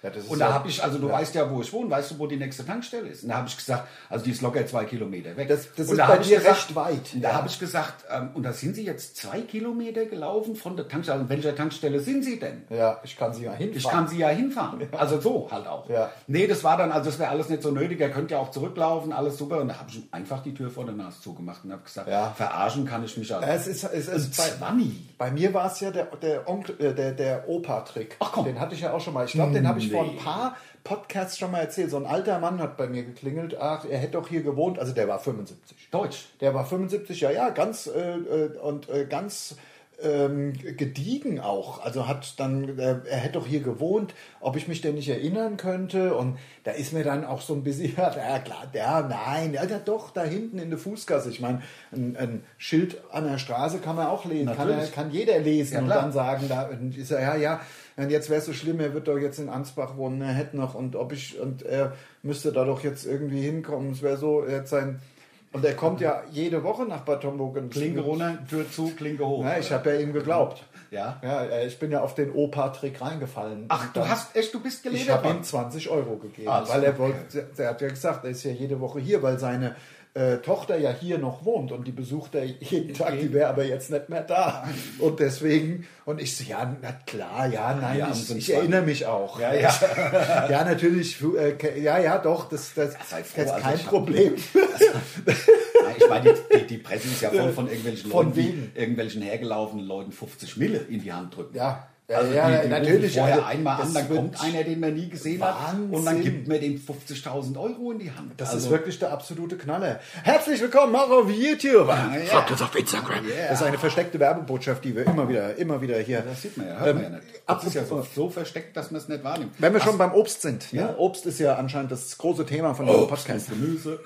Speaker 2: Ja, das ist
Speaker 3: Und da
Speaker 2: ja-
Speaker 3: habe ich, also du weißt ja, wo ich wohne, weißt du, wo die nächste Tankstelle ist? Und da habe ich gesagt, also die ist locker zwei Kilometer weg.
Speaker 2: Das- das
Speaker 3: und
Speaker 2: ist
Speaker 3: da
Speaker 2: bei
Speaker 3: habe ich
Speaker 2: dir recht weit,
Speaker 3: Und da
Speaker 2: ja.
Speaker 3: habe ich gesagt, ähm, und da sind sie jetzt zwei Kilometer gelaufen von der Tankstelle. An welcher Tankstelle sind sie denn?
Speaker 2: Ja, ich kann sie ja hinfahren.
Speaker 3: Ich kann sie ja hinfahren. Also so halt auch.
Speaker 2: Ja.
Speaker 3: Nee, das war dann, also das wäre alles nicht so nötig. Er könnte ja auch zurücklaufen, alles super. Und da habe ich ihm einfach die Tür vor der Nase zugemacht und habe gesagt,
Speaker 2: Ja.
Speaker 3: verarschen kann ich mich also.
Speaker 2: Es ist, es ist bei,
Speaker 3: Zwanni.
Speaker 2: bei mir war es ja der, der, Onkel, äh, der, der Opa-Trick.
Speaker 3: Ach komm.
Speaker 2: Den hatte ich ja auch schon mal. Ich glaube, den habe ich vor ein
Speaker 3: Nee.
Speaker 2: paar Podcasts schon mal erzählt. So ein alter Mann hat bei mir geklingelt. Ach, er hätte doch hier gewohnt. Also der war 75.
Speaker 3: Deutsch.
Speaker 2: Der war 75, ja, ja, ganz äh, äh, und äh, ganz ähm, gediegen auch. Also hat dann, äh, er hätte doch hier gewohnt, ob ich mich denn nicht erinnern könnte. Und da ist mir dann auch so ein bisschen, ja klar, ja, nein, ja, ja doch, da hinten in der Fußgasse. Ich meine, ein, ein Schild an der Straße kann man auch lesen, kann, er,
Speaker 3: Natürlich.
Speaker 2: kann jeder lesen
Speaker 3: Ja,
Speaker 2: und
Speaker 3: klar.
Speaker 2: dann sagen, da und ist er, ja, ja. Und jetzt wäre es so schlimm, er wird doch jetzt in Ansbach wohnen, er hätte noch und ob ich und er müsste da doch jetzt irgendwie hinkommen. Es wäre so, er hat sein und er kommt ja jede Woche nach Bad Homburg. und-
Speaker 3: Klinke runter, Tür zu, Klinke hoch.
Speaker 2: Ja, ich habe ja ihm geglaubt.
Speaker 3: Ja.
Speaker 2: Ja, äh, ich bin ja auf den Opa-Trick reingefallen.
Speaker 3: Ach,
Speaker 2: Und
Speaker 3: du
Speaker 2: dann-
Speaker 3: hast echt, du bist
Speaker 2: Ich
Speaker 3: geledert
Speaker 2: habe
Speaker 3: worden.
Speaker 2: ihm 20 Euro gegeben,
Speaker 3: Ah, das
Speaker 2: weil
Speaker 3: ist
Speaker 2: er wollte, er hat ja gesagt, er ist ja jede Woche hier, weil seine äh, Tochter ja hier noch wohnt und die besucht er jeden Tag, die wäre aber jetzt nicht mehr da. Und deswegen, und ich so, ja, na klar, ja, nein,
Speaker 3: Ja,
Speaker 2: ich,
Speaker 3: sind
Speaker 2: ich
Speaker 3: zwei.
Speaker 2: erinnere mich auch.
Speaker 3: Ja, ja.
Speaker 2: Ja, natürlich, äh, ke- ja, ja, doch, das, das
Speaker 3: Sei
Speaker 2: ist
Speaker 3: froh,
Speaker 2: jetzt
Speaker 3: also
Speaker 2: kein
Speaker 3: ich hab-
Speaker 2: Problem.
Speaker 3: Nein, ich meine, die, die, die Presse ist ja voll von irgendwelchen
Speaker 2: Von
Speaker 3: Leuten,
Speaker 2: wem?
Speaker 3: die irgendwelchen hergelaufenen Leuten 50 Mille in die Hand drücken.
Speaker 2: Ja, ja,
Speaker 3: Also
Speaker 2: ja,
Speaker 3: die, die
Speaker 2: natürlich,
Speaker 3: natürlich. Vorher
Speaker 2: also
Speaker 3: einmal an,
Speaker 2: das
Speaker 3: dann
Speaker 2: wird-
Speaker 3: kommt einer, den man nie gesehen
Speaker 2: Wahnsinn.
Speaker 3: hat, und dann gibt mir dem 50.000 Euro in die Hand. Also,
Speaker 2: Das ist wirklich der absolute Knaller. Herzlich willkommen auch auf YouTube.
Speaker 3: Folgt
Speaker 2: uns auf Instagram. Das ist eine versteckte Werbebotschaft, die wir immer wieder, immer wieder hier. ähm,
Speaker 3: Das sieht man ja, hört man ja nicht. Das ist ja so,
Speaker 2: apropos-
Speaker 3: so versteckt, dass man es nicht wahrnimmt.
Speaker 2: Wenn wir schon beim Obst sind, ne? Obst ist ja anscheinend das große Thema von diesem Podcast.
Speaker 3: Ah, Gemüse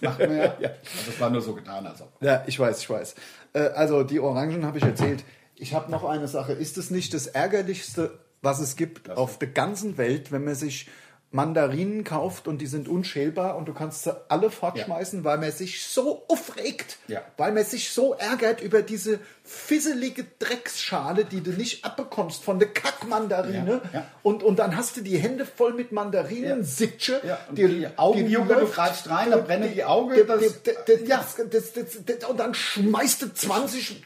Speaker 3: macht man ja. Also es war nur so getan, als ob.
Speaker 2: Ja, ich weiß, ich weiß. Äh, also die Orangen habe ich erzählt. Ich habe noch eine Sache. Ist es nicht das Ärgerlichste, was es gibt auf der ganzen Welt, wenn man sich Mandarinen kauft und die sind unschälbar und du kannst sie alle fortschmeißen, weil man sich so aufregt,
Speaker 3: Ja.
Speaker 2: weil man sich so ärgert über diese fisselige Drecksschale, die du nicht abbekommst von der Kackmandarine
Speaker 3: Ja, ja.
Speaker 2: Und, und dann hast du die Hände voll mit Mandarinen,
Speaker 3: Ja.
Speaker 2: Sitsche,
Speaker 3: Ja, und die Augen jucken, du greifst rein, dann brennen die Augen,
Speaker 2: das,
Speaker 3: das-
Speaker 2: ja. das, das, das, und dann schmeißt du 20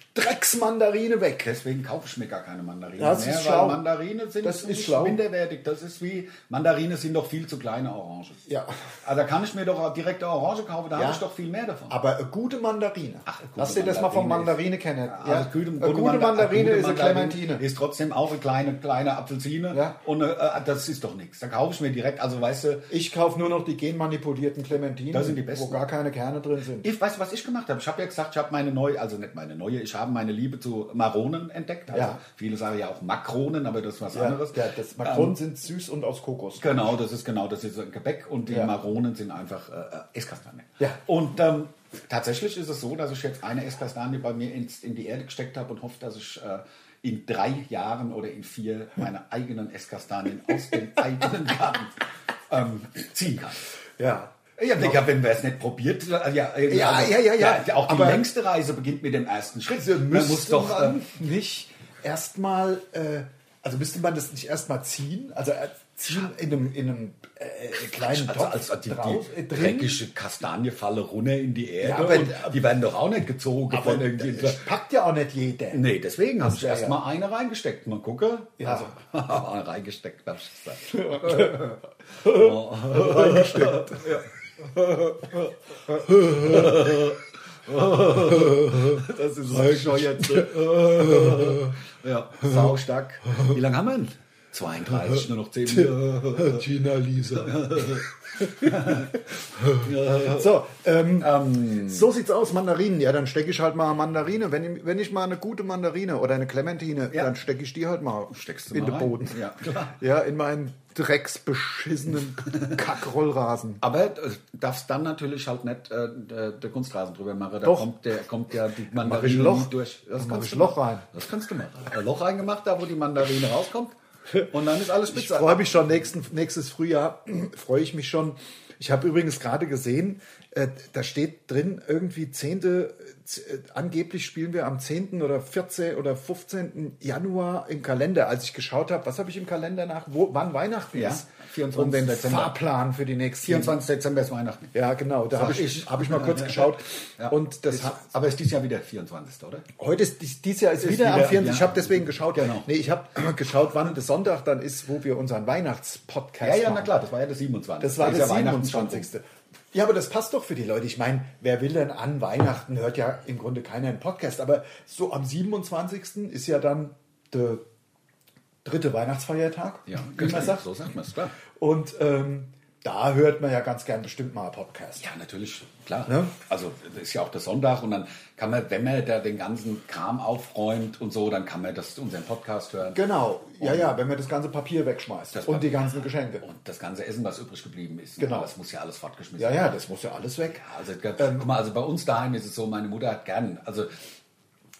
Speaker 2: Drecksmandarine weg.
Speaker 3: Deswegen kaufe ich mir gar keine Mandarinen
Speaker 2: Das
Speaker 3: mehr,
Speaker 2: ist schlau.
Speaker 3: weil Mandarinen sind
Speaker 2: Das ist
Speaker 3: nicht
Speaker 2: schlau.
Speaker 3: minderwertig. Das ist wie, Mandarinen sind doch viel zu kleine Orangen.
Speaker 2: Ja.
Speaker 3: Also da kann ich mir doch auch direkt eine Orange kaufen, da
Speaker 2: Ja.
Speaker 3: habe ich doch viel mehr davon.
Speaker 2: Aber eine gute Mandarine.
Speaker 3: Ach, eine gute
Speaker 2: Lass dir das mal vom
Speaker 3: Mandarine
Speaker 2: Mandarine kennen. Ja,
Speaker 3: Also gute-
Speaker 2: eine
Speaker 3: gute
Speaker 2: gute
Speaker 3: Manda-
Speaker 2: Mandarine
Speaker 3: gute
Speaker 2: ist eine
Speaker 3: Mandarine
Speaker 2: Clementine.
Speaker 3: Ist trotzdem auch eine kleine, kleine Apfelsine.
Speaker 2: Ja.
Speaker 3: Und äh, äh, das ist doch nichts. Da kaufe ich mir direkt, also weißt du,
Speaker 2: Ich kaufe nur noch die genmanipulierten Clementinen,
Speaker 3: Das sind die besten.
Speaker 2: wo gar keine Kerne drin sind.
Speaker 3: Ich weiß, was ich gemacht habe. Ich habe ja gesagt, ich habe meine neue, also nicht meine neue, ich habe meine Liebe zu Maronen entdeckt. Also
Speaker 2: Ja.
Speaker 3: Viele sagen ja auch Makronen, aber das ist was
Speaker 2: Ja,
Speaker 3: anderes.
Speaker 2: ja, das Makronen sind süß und aus Kokos.
Speaker 3: Genau, das ist genau, das ist ein Gebäck und die
Speaker 2: Ja.
Speaker 3: Maronen sind einfach äh, äh, Esskastanien.
Speaker 2: Ja.
Speaker 3: Und ähm, tatsächlich ist es so, dass ich jetzt eine Esskastanie bei mir ins, in die Erde gesteckt habe und hoffe, dass ich äh, in drei Jahren oder in vier meine eigenen Esskastanien aus dem eigenen Garten ähm, ziehen kann.
Speaker 2: Ja. genau.
Speaker 3: Ja, Digga, wenn wir es nicht probiert, äh, ja, äh,
Speaker 2: Ja, ja, ja, ja.
Speaker 3: Auch die
Speaker 2: Aber-
Speaker 3: längste Reise beginnt mit dem ersten Schritt. Man
Speaker 2: Müsste
Speaker 3: muss doch,
Speaker 2: man
Speaker 3: ähm,
Speaker 2: nicht erstmal, äh, also müsste man das nicht erstmal ziehen? Also äh, ziehen in einem, in einem äh, kleinen
Speaker 3: also
Speaker 2: Topf
Speaker 3: als die,
Speaker 2: drauf,
Speaker 3: die
Speaker 2: äh, drin? äh,
Speaker 3: dreckige Kastanienfalle runter in die Erde.
Speaker 2: aber-
Speaker 3: und die werden doch auch nicht gezogen von irgendwie.
Speaker 2: Das packt ja auch nicht jeder.
Speaker 3: Nee, deswegen habe ich
Speaker 2: wär ja-
Speaker 3: erstmal eine reingesteckt. Mal gucke.
Speaker 2: Ja.
Speaker 3: Also, reingesteckt, hab ich gesagt. oh. Reingesteckt. das ist so bescheuert. ja, sau stark. Wie lange haben wir denn? 32, nur noch 10 Minuten.
Speaker 2: Gina Lisa. so, ähm, so sieht's aus, Mandarinen. Ja, dann stecke ich halt mal eine Mandarine. Wenn, ich- wenn ich mal eine gute Mandarine oder eine Clementine,
Speaker 3: Ja.
Speaker 2: dann stecke ich die halt mal
Speaker 3: Steckst du
Speaker 2: in
Speaker 3: mal
Speaker 2: den
Speaker 3: rein.
Speaker 2: Boden.
Speaker 3: Ja, klar.
Speaker 2: ja, in meinen drecksbeschissenen Kackrollrasen.
Speaker 3: Aber äh, darfst dann natürlich halt nicht äh, der, der Kunstrasen drüber machen. Da
Speaker 2: Doch.
Speaker 3: kommt, der, kommt ja die
Speaker 2: mach ich
Speaker 3: Mandarine
Speaker 2: ein Loch.
Speaker 3: nie durch.
Speaker 2: Dann mach
Speaker 3: kannst
Speaker 2: ich
Speaker 3: du
Speaker 2: ein Loch
Speaker 3: machen.
Speaker 2: rein.
Speaker 3: Das kannst du machen. Ein Loch reingemacht, da wo die Mandarine rauskommt. Und dann ist alles
Speaker 2: Ich
Speaker 3: spitze.
Speaker 2: freue mich schon nächsten, nächstes Frühjahr. freue ich mich schon. Ich habe übrigens gerade gesehen, äh, da steht drin irgendwie 10. Äh, angeblich spielen wir am 10. oder 14. oder 15. Januar im Kalender. Als ich geschaut habe, was habe ich im Kalender nach, wo, wann Weihnachten
Speaker 3: Ja,
Speaker 2: ist
Speaker 3: 24.
Speaker 2: und den
Speaker 3: Dezember.
Speaker 2: Fahrplan für die nächsten.
Speaker 3: 24. Dezember ist Weihnachten.
Speaker 2: Ja, genau. Da habe ich,
Speaker 3: ich.
Speaker 2: Hab ich mal kurz geschaut.
Speaker 3: Ja.
Speaker 2: Und das
Speaker 3: ist,
Speaker 2: hat-
Speaker 3: aber ist dieses Jahr wieder 24. oder?
Speaker 2: Heute ist dies, dies Jahr ist, wieder,
Speaker 3: wieder,
Speaker 2: am 24.
Speaker 3: ja.
Speaker 2: Ich habe deswegen geschaut.
Speaker 3: Genau.
Speaker 2: Nee, ich habe geschaut, wann das Sonntag dann ist, wo wir unseren Weihnachtspodcast
Speaker 3: Ja, ja,
Speaker 2: machen.
Speaker 3: na klar, das war ja der 27.
Speaker 2: Das war
Speaker 3: Ist
Speaker 2: der
Speaker 3: ja Weihnachten
Speaker 2: 27. Ja, aber das passt doch für die Leute. Ich meine, wer will denn an Weihnachten? Hört ja im Grunde keiner einen Podcast. Aber so am 27. ist ja dann der dritte Weihnachtsfeiertag,
Speaker 3: schon. Ja,
Speaker 2: wie man
Speaker 3: genau.
Speaker 2: sagt.
Speaker 3: So sagt man es, klar.
Speaker 2: Und ähm, da hört man ja ganz gern bestimmt mal einen Podcast.
Speaker 3: Ja, natürlich, klar.
Speaker 2: Ne?
Speaker 3: Also das ist ja auch der Sonntag und dann kann man, wenn man da den ganzen Kram aufräumt und so, dann kann man das unseren Podcast hören.
Speaker 2: Genau. Ja, ja, wenn man das ganze Papier wegschmeißt
Speaker 3: Das
Speaker 2: und
Speaker 3: Papier.
Speaker 2: die ganzen Geschenke.
Speaker 3: Und das ganze Essen, was übrig geblieben ist,
Speaker 2: Genau.
Speaker 3: das muss ja alles fortgeschmissen
Speaker 2: Ja, Ähm, ja,
Speaker 3: werden.
Speaker 2: das muss ja alles weg.
Speaker 3: Also, guck mal, also bei uns daheim ist es so, meine Mutter hat gern, also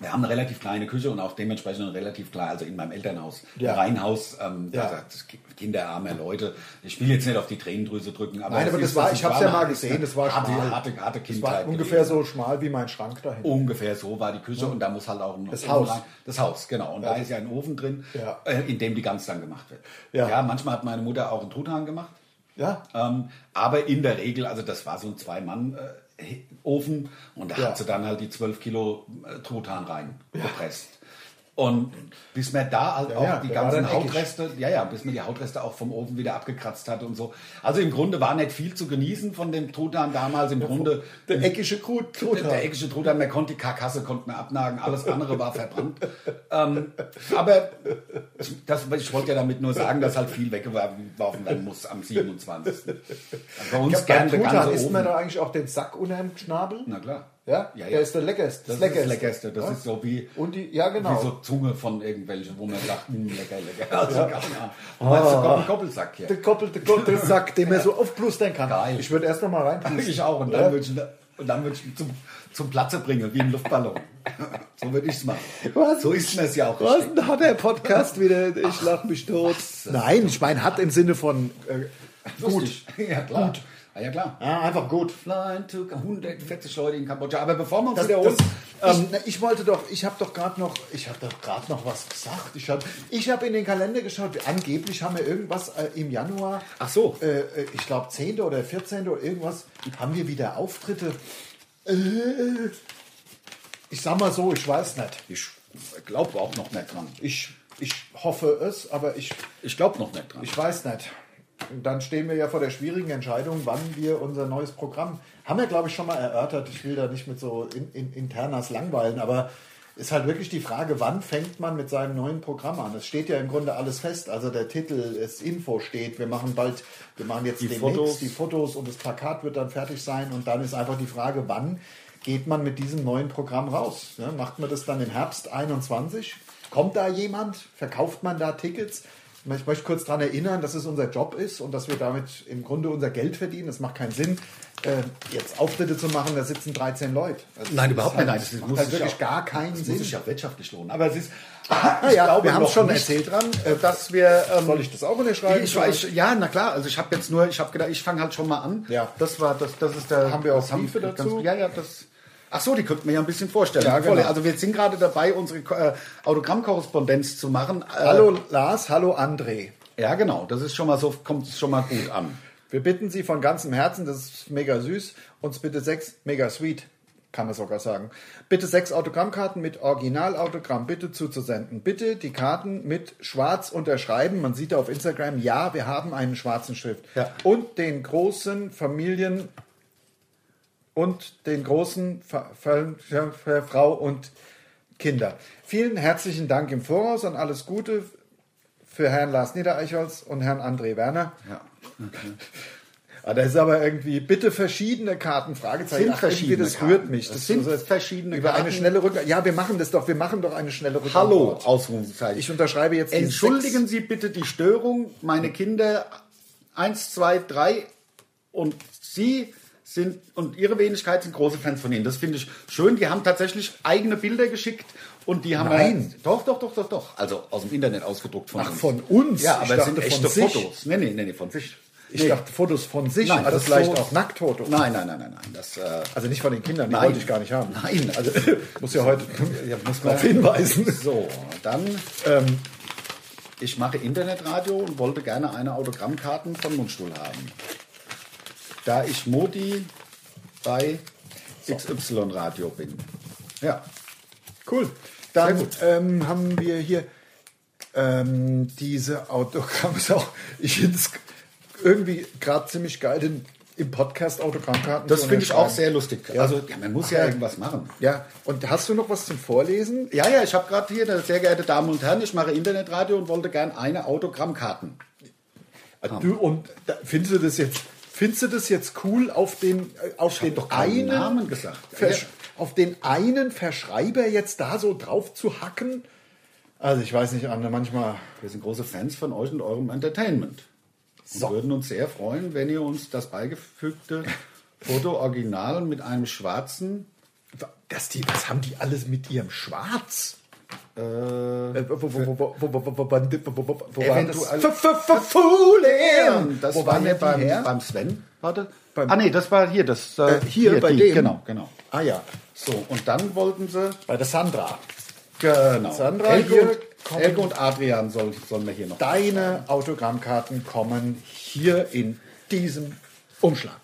Speaker 3: Wir haben eine relativ kleine Küche und auch dementsprechend ein relativ klar, also in meinem Elternhaus,
Speaker 2: Ja.
Speaker 3: Reihenhaus, ähm,
Speaker 2: Ja.
Speaker 3: da sagt es Ki- Kinder armer Leute. Ich will jetzt nicht auf die Tränendrüse drücken, aber
Speaker 2: Nein,
Speaker 3: es
Speaker 2: aber das
Speaker 3: ist-
Speaker 2: war,
Speaker 3: ist
Speaker 2: ich habe es ja
Speaker 3: wahr,
Speaker 2: mal
Speaker 3: ist
Speaker 2: gesehen,
Speaker 3: eine
Speaker 2: das war
Speaker 3: harte,
Speaker 2: schmal.
Speaker 3: harte, harte
Speaker 2: das
Speaker 3: Kindheit.
Speaker 2: war ungefähr
Speaker 3: gewesen. Oh.
Speaker 2: so schmal wie mein Schrank dahin.
Speaker 3: Ungefähr so war die Küche und da muss halt auch ein
Speaker 2: Das
Speaker 3: Ofen
Speaker 2: Haus.
Speaker 3: rein. Das Haus, genau. Und da ist ja ein Ofen drin,
Speaker 2: Ja.
Speaker 3: äh, in dem die Gans dann gemacht wird.
Speaker 2: Ja.
Speaker 3: manchmal hat meine Mutter auch einen Truthahn gemacht.
Speaker 2: Ja,
Speaker 3: Ähm, aber in der Regel, also das war so ein Zwei-Mann-Ofen und da
Speaker 2: Ja.
Speaker 3: hat sie dann halt die 12 Kilo äh, Truthahn reingepresst. Und bis man da halt auch
Speaker 2: ja,
Speaker 3: die
Speaker 2: der war
Speaker 3: ganzen
Speaker 2: dann eckig.
Speaker 3: Hautreste, ja, ja, bis man die Hautreste auch vom Ofen wieder abgekratzt hat und so. Also im Grunde war nicht viel zu genießen von dem Truthahn damals. Im Grunde
Speaker 2: der eckige Krut.
Speaker 3: der, der eckige Truthahn, man konnte die Karkasse konnte man abnagen, alles andere war verbrannt. ähm, aber ich- das, ich wollte ja damit nur sagen, dass halt viel weggeworfen werden muss am 27. Also bei uns
Speaker 2: Ja,
Speaker 3: gerne
Speaker 2: beim
Speaker 3: der ganze
Speaker 2: Truthahn
Speaker 3: Ofen.
Speaker 2: isst man da eigentlich auch den Sack unterm Schnabel.
Speaker 3: Na klar.
Speaker 2: Ja?
Speaker 3: ja,
Speaker 2: der
Speaker 3: ja.
Speaker 2: ist der leckerste.
Speaker 3: Das ist
Speaker 2: leckerste.
Speaker 3: das Leckerste. Das
Speaker 2: ja?
Speaker 3: ist so wie,
Speaker 2: Und die, ja
Speaker 3: wie
Speaker 2: genau.
Speaker 3: so Zunge von irgendwelchen, wo man sagt, "Mh, lecker, lecker. Also, ja. Meinst du, komm, Koppelsack hier?
Speaker 2: Der koppelte Koppelsack, den man so aufplustern kann.
Speaker 3: Geil.
Speaker 2: Ich würde erst noch mal reinpusten.
Speaker 3: Ich auch. Und dann würde ich, ihn- und dann würde ich ihn zum, zum Platze bringen, wie ein Luftballon. so würde ich es machen.
Speaker 2: Was?
Speaker 3: So ist es ja auch.
Speaker 2: Was
Speaker 3: richtig.
Speaker 2: denn hat der Podcast wieder? Ich lach mich tot. Nein, ich meine hat im Sinne von äh,
Speaker 3: Gut. Ja, klar. Gut. Ah, ja, klar.
Speaker 2: ja, einfach gut.
Speaker 3: Flying to 140 Leute in Kambodscha. Aber bevor wir uns
Speaker 2: Das,
Speaker 3: wiederholen,
Speaker 2: das,
Speaker 3: ähm,
Speaker 2: ich, na, ich wollte doch, ich habe doch gerade noch, ich habe doch gerade noch was gesagt. Ich habe, ich habe in den Kalender geschaut. Angeblich haben wir irgendwas äh, im Januar.
Speaker 3: Ach so.
Speaker 2: Äh, äh, ich glaube 10. oder 14. oder irgendwas haben wir wieder Auftritte. Äh, ich sag mal so, ich weiß nicht.
Speaker 3: ich glaube auch noch nicht dran.
Speaker 2: Ich, ich hoffe es, aber ich,
Speaker 3: Ich glaube noch nicht dran.
Speaker 2: ich weiß nicht. Und dann stehen wir ja vor der schwierigen Entscheidung, wann wir unser neues Programm haben wir, glaube ich, schon mal erörtert. Ich will da nicht mit so in, in, internas langweilen, aber ist halt wirklich die Frage, wann fängt man mit seinem neuen Programm an? Es steht ja im Grunde alles fest. Also der Titel, das Info steht, wir machen bald, wir machen jetzt die
Speaker 3: Fotos.
Speaker 2: die Fotos und das Plakat wird dann fertig sein und dann ist einfach die Frage, wann geht man mit diesem neuen Programm raus? Ne? Macht man das dann im Herbst 21? Kommt da jemand? Verkauft man da Tickets? Ich möchte kurz daran erinnern, dass es unser Job ist und dass wir damit im Grunde unser Geld verdienen. Es macht keinen Sinn, äh, jetzt Auftritte zu machen, da sitzen 13 Leute. Also
Speaker 3: Nein,
Speaker 2: das
Speaker 3: überhaupt
Speaker 2: ist halt,
Speaker 3: nicht. Nein, das
Speaker 2: Das macht
Speaker 3: muss
Speaker 2: halt
Speaker 3: sich
Speaker 2: wirklich
Speaker 3: auch-
Speaker 2: gar keinen
Speaker 3: Das
Speaker 2: Sinn.
Speaker 3: muss sich auch wirtschaftlich lohnen. Aber es ist.
Speaker 2: Ah
Speaker 3: ich
Speaker 2: ja,
Speaker 3: glaube
Speaker 2: wir haben es
Speaker 3: noch
Speaker 2: schon
Speaker 3: nicht.
Speaker 2: erzählt dran, äh, dass wir... Ähm, Soll ich das auch unterschreiben?
Speaker 3: Ich weiß, ja, na klar. Also ich habe jetzt nur, ich habe gedacht, ich fange halt schon mal an.
Speaker 2: Ja.
Speaker 3: Das war, das, das ist der.
Speaker 2: Haben wir auch
Speaker 3: das
Speaker 2: Briefe
Speaker 3: ganz-
Speaker 2: dazu?
Speaker 3: ja, ja, das. Ach so, die könnten wir ja ein bisschen vorstellen.
Speaker 2: Ja, genau.
Speaker 3: Voll, Also wir sind gerade dabei, unsere äh, Autogrammkorrespondenz zu machen. Äh,
Speaker 2: Hallo Lars, hallo André.
Speaker 3: Ja, genau. Das ist schon mal so, kommt schon mal gut an.
Speaker 2: Wir bitten Sie von ganzem Herzen, das ist mega süß, uns bitte sechs, mega sweet, kann man sogar sagen, bitte sechs Autogrammkarten mit Originalautogramm bitte zuzusenden. Bitte die Karten mit schwarz unterschreiben. Man sieht da auf Instagram, ja, wir haben einen schwarzen Schrift.
Speaker 3: Ja.
Speaker 2: Und den großen Familien und den großen Fa- Fa- Fa- Fa- Frau und Kinder. Vielen herzlichen Dank im Voraus und alles Gute für Herrn Lars Niedereichholz und Herrn André Werner.
Speaker 3: Ja.
Speaker 2: Ah, da ist aber irgendwie, bitte verschiedene Karten, Fragezeichen.
Speaker 3: Sind
Speaker 2: Ach, irgendwie,
Speaker 3: verschiedene
Speaker 2: das
Speaker 3: Karten.
Speaker 2: rührt mich.
Speaker 3: Es sind
Speaker 2: ist-
Speaker 3: verschiedene
Speaker 2: über
Speaker 3: Karten.
Speaker 2: eine schnelle Rückantwort. Ja, wir machen das doch, wir machen doch eine schnelle Rückantwort.
Speaker 3: Hallo, Ausrufezeichen.
Speaker 2: Ich unterschreibe jetzt die
Speaker 3: Entschuldigen
Speaker 2: sechs-
Speaker 3: Sie bitte die Störung. Meine Kinder 1, 2, 3 und Sie sind und Ihre Wenigkeit sind große Fans von Ihnen. Das finde ich schön. Die haben tatsächlich eigene Bilder geschickt und die haben.
Speaker 2: Nein.
Speaker 3: doch, doch, doch, doch, doch. Also aus dem Internet ausgedruckt von
Speaker 2: Ach,
Speaker 3: uns.
Speaker 2: von uns?
Speaker 3: Ja,
Speaker 2: Ich
Speaker 3: aber es sind
Speaker 2: dachte, von
Speaker 3: echte
Speaker 2: sich.
Speaker 3: Fotos. Nee, nee, nee, nee, von sich.
Speaker 2: Ich
Speaker 3: nee.
Speaker 2: dachte, Fotos von sich,
Speaker 3: Nein,
Speaker 2: also
Speaker 3: das
Speaker 2: vielleicht
Speaker 3: so-
Speaker 2: auch Nacktfotos.
Speaker 3: Nein, nein, nein, nein, nein. Das, äh,
Speaker 2: Also nicht von den Kindern, die
Speaker 3: Nein.
Speaker 2: wollte ich gar nicht haben.
Speaker 3: Nein,
Speaker 2: also
Speaker 3: also-
Speaker 2: muss ja heute
Speaker 3: ja, muss man
Speaker 2: darauf hinweisen.
Speaker 3: So, dann. ähm, ich mache Internetradio und wollte gerne eine Autogrammkarten von Mundstuhl haben. Da ich Modi bei XY Radio bin. Ja.
Speaker 2: Cool.
Speaker 3: Sehr
Speaker 2: Dann
Speaker 3: gut.
Speaker 2: ähm, haben wir hier ähm, diese Autogramm. Ist auch, ich finde es irgendwie gerade ziemlich geil, den, im Podcast Autogrammkarten.
Speaker 3: Das
Speaker 2: zu
Speaker 3: finde ich auch
Speaker 2: unterschreiben.
Speaker 3: sehr lustig.
Speaker 2: Ja.
Speaker 3: Also, ja, man muss ja
Speaker 2: Ja.
Speaker 3: irgendwas machen.
Speaker 2: Ja, und hast du noch was zum Vorlesen?
Speaker 3: Ja, ja, ich habe gerade hier, eine sehr geehrte Damen und Herren, ich mache Internetradio und wollte gerne eine Autogrammkarten. Ah,
Speaker 2: Du, und da, findest du das jetzt, findest du das jetzt cool auf den, äh, auf den
Speaker 3: doch keinen
Speaker 2: einen
Speaker 3: Namen gesagt.
Speaker 2: Versch
Speaker 3: Ja.
Speaker 2: auf den einen Verschreiber jetzt da so drauf zu hacken? Also ich weiß nicht, Anne, manchmal.
Speaker 3: Wir sind große Fans von euch und eurem Entertainment. Wir würden uns sehr freuen, wenn ihr uns das beigefügte Foto original mit einem schwarzen
Speaker 2: Das die, was haben die alles mit ihrem Schwarz? Äh, wo- wo- wo- wo- wo- wo- wo- wo- wo- wo- wo- wo-
Speaker 3: Eventuell-
Speaker 2: F- f- f- Fooling!
Speaker 3: Das
Speaker 2: Wo
Speaker 3: war
Speaker 2: waren
Speaker 3: ja
Speaker 2: die
Speaker 3: beim,
Speaker 2: her?
Speaker 3: beim Sven. Warte.
Speaker 2: Beim-
Speaker 3: ah nee, das war hier das äh,
Speaker 2: Äh, hier, bei
Speaker 3: die,
Speaker 2: dem?
Speaker 3: Genau, genau.
Speaker 2: Ah ja,
Speaker 3: So und dann wollten sie
Speaker 2: bei der Sandra.
Speaker 3: genau.
Speaker 2: Sandra,
Speaker 3: Helge,
Speaker 2: hier
Speaker 3: und,
Speaker 2: kommen-
Speaker 3: Helge und Adrian soll, sollen wir hier noch.
Speaker 2: Deine Autogrammkarten kommen hier in diesem Umschlag.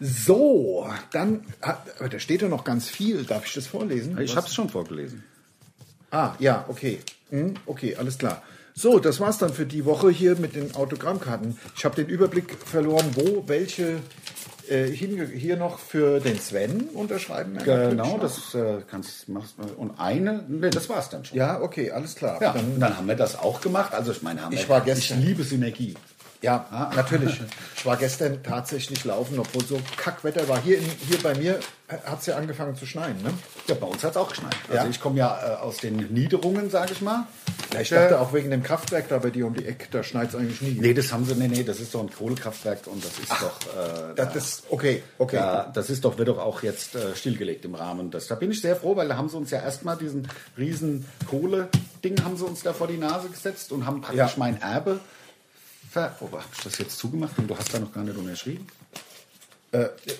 Speaker 2: So, dann, ah, aber da steht ja noch ganz viel. Darf ich das vorlesen?
Speaker 3: Ich habe es schon vorgelesen.
Speaker 2: Ah, ja, okay. Hm, okay, alles klar. So, das war's dann für die Woche hier mit den Autogrammkarten. Ich habe den Überblick verloren, wo welche äh, hinge hier noch für den Sven unterschreiben. wir natürlich
Speaker 3: Genau,
Speaker 2: noch.
Speaker 3: das äh, kannst machst mal. und eine, nee, das war's dann schon.
Speaker 2: Ja, okay, alles klar.
Speaker 3: Ja,
Speaker 2: Dann,
Speaker 3: und dann haben wir das auch gemacht. Also ich meine, haben
Speaker 2: Ich
Speaker 3: wir,
Speaker 2: war gestern-
Speaker 3: ich liebe Synergie.
Speaker 2: ja, natürlich. Ich war gestern tatsächlich laufen, obwohl so Kackwetter war. Hier, in, hier bei mir äh, hat's ja angefangen zu schneien. Ne?
Speaker 3: Ja, bei uns hat es auch geschneit. Also
Speaker 2: Ja.
Speaker 3: ich komme ja äh, aus den Niederungen, sage ich mal.
Speaker 2: Ja, ich dachte auch wegen dem Kraftwerk da bei dir um die Ecke, da schneit's eigentlich nie.
Speaker 3: Nee, das haben sie, nee, nee, das ist so ein Kohlekraftwerk und das ist doch, äh,
Speaker 2: Das, das, okay, okay.
Speaker 3: ja, das ist doch, wird doch auch jetzt äh, stillgelegt im Rahmen. Das, da bin ich sehr froh, weil da haben sie uns ja erstmal diesen riesen Kohle-Ding haben sie uns da vor die Nase gesetzt und haben praktisch
Speaker 2: Ja.
Speaker 3: mein Erbe ver... Oh, hab ich das jetzt zugemacht und du hast da noch gar nicht unterschrieben?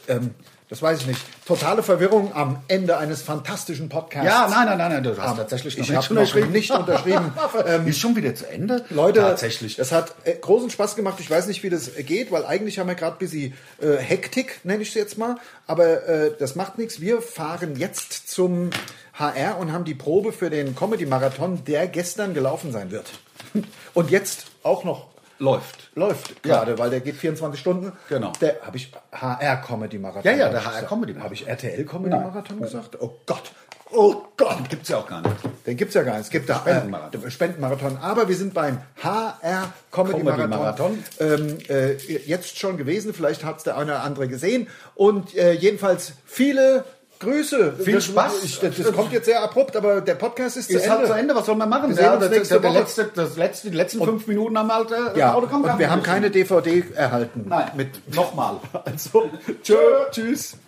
Speaker 2: ähm, das weiß ich nicht. Totale Verwirrung am Ende eines fantastischen Podcasts.
Speaker 3: Ja, nein, nein, nein, nein, du hast
Speaker 2: Ah,
Speaker 3: tatsächlich noch
Speaker 2: ich
Speaker 3: nicht
Speaker 2: hab noch
Speaker 3: unterschrieben.
Speaker 2: nicht unterschrieben.
Speaker 3: ähm, ist schon wieder zu Ende?
Speaker 2: Leute,
Speaker 3: Tatsächlich.
Speaker 2: es hat äh, großen Spaß gemacht. Ich weiß nicht, wie das äh, geht, weil eigentlich haben wir gerade ein bisschen äh, Hektik, nenne ich es jetzt mal. Aber äh, das macht nichts. Wir fahren jetzt zum HR und haben die Probe für den Comedy-Marathon, der gestern gelaufen sein wird. Und jetzt auch noch
Speaker 3: Läuft.
Speaker 2: läuft
Speaker 3: Ja.
Speaker 2: gerade, weil der geht 24 Stunden.
Speaker 3: Genau.
Speaker 2: Der habe ich HR Comedy Marathon.
Speaker 3: Ja, ja,
Speaker 2: hab
Speaker 3: der
Speaker 2: ich
Speaker 3: HR
Speaker 2: gesagt.
Speaker 3: Comedy Marathon.
Speaker 2: Habe ich RTL Comedy Marathon gesagt? Oh Gott. Oh Gott.
Speaker 3: Gibt's ja auch gar nicht.
Speaker 2: Den gibt's ja gar nicht. Es gibt da
Speaker 3: Spendenmarathon.
Speaker 2: Äh, Spendenmarathon. Aber wir sind beim HR Comedy Marathon. Ähm, äh, jetzt schon gewesen. Vielleicht hat's der eine oder andere gesehen. Und äh, jedenfalls viele Grüße.
Speaker 3: Viel
Speaker 2: das,
Speaker 3: Spaß.
Speaker 2: Ich, das, das kommt jetzt sehr abrupt, aber der Podcast ist,
Speaker 3: Ist
Speaker 2: zu
Speaker 3: halt
Speaker 2: Ende.
Speaker 3: zu Ende, was soll man machen?
Speaker 2: Wir sehen uns nächste
Speaker 3: der
Speaker 2: Woche.
Speaker 3: letzte, das letzte, die letzten fünf Minuten haben wir halt äh,
Speaker 2: Ja,
Speaker 3: Autogramm
Speaker 2: und wir haben
Speaker 3: gehabt.
Speaker 2: keine DVD erhalten.
Speaker 3: Nein,
Speaker 2: Mit
Speaker 3: mit nochmal.
Speaker 2: Also, tschö, tschüss.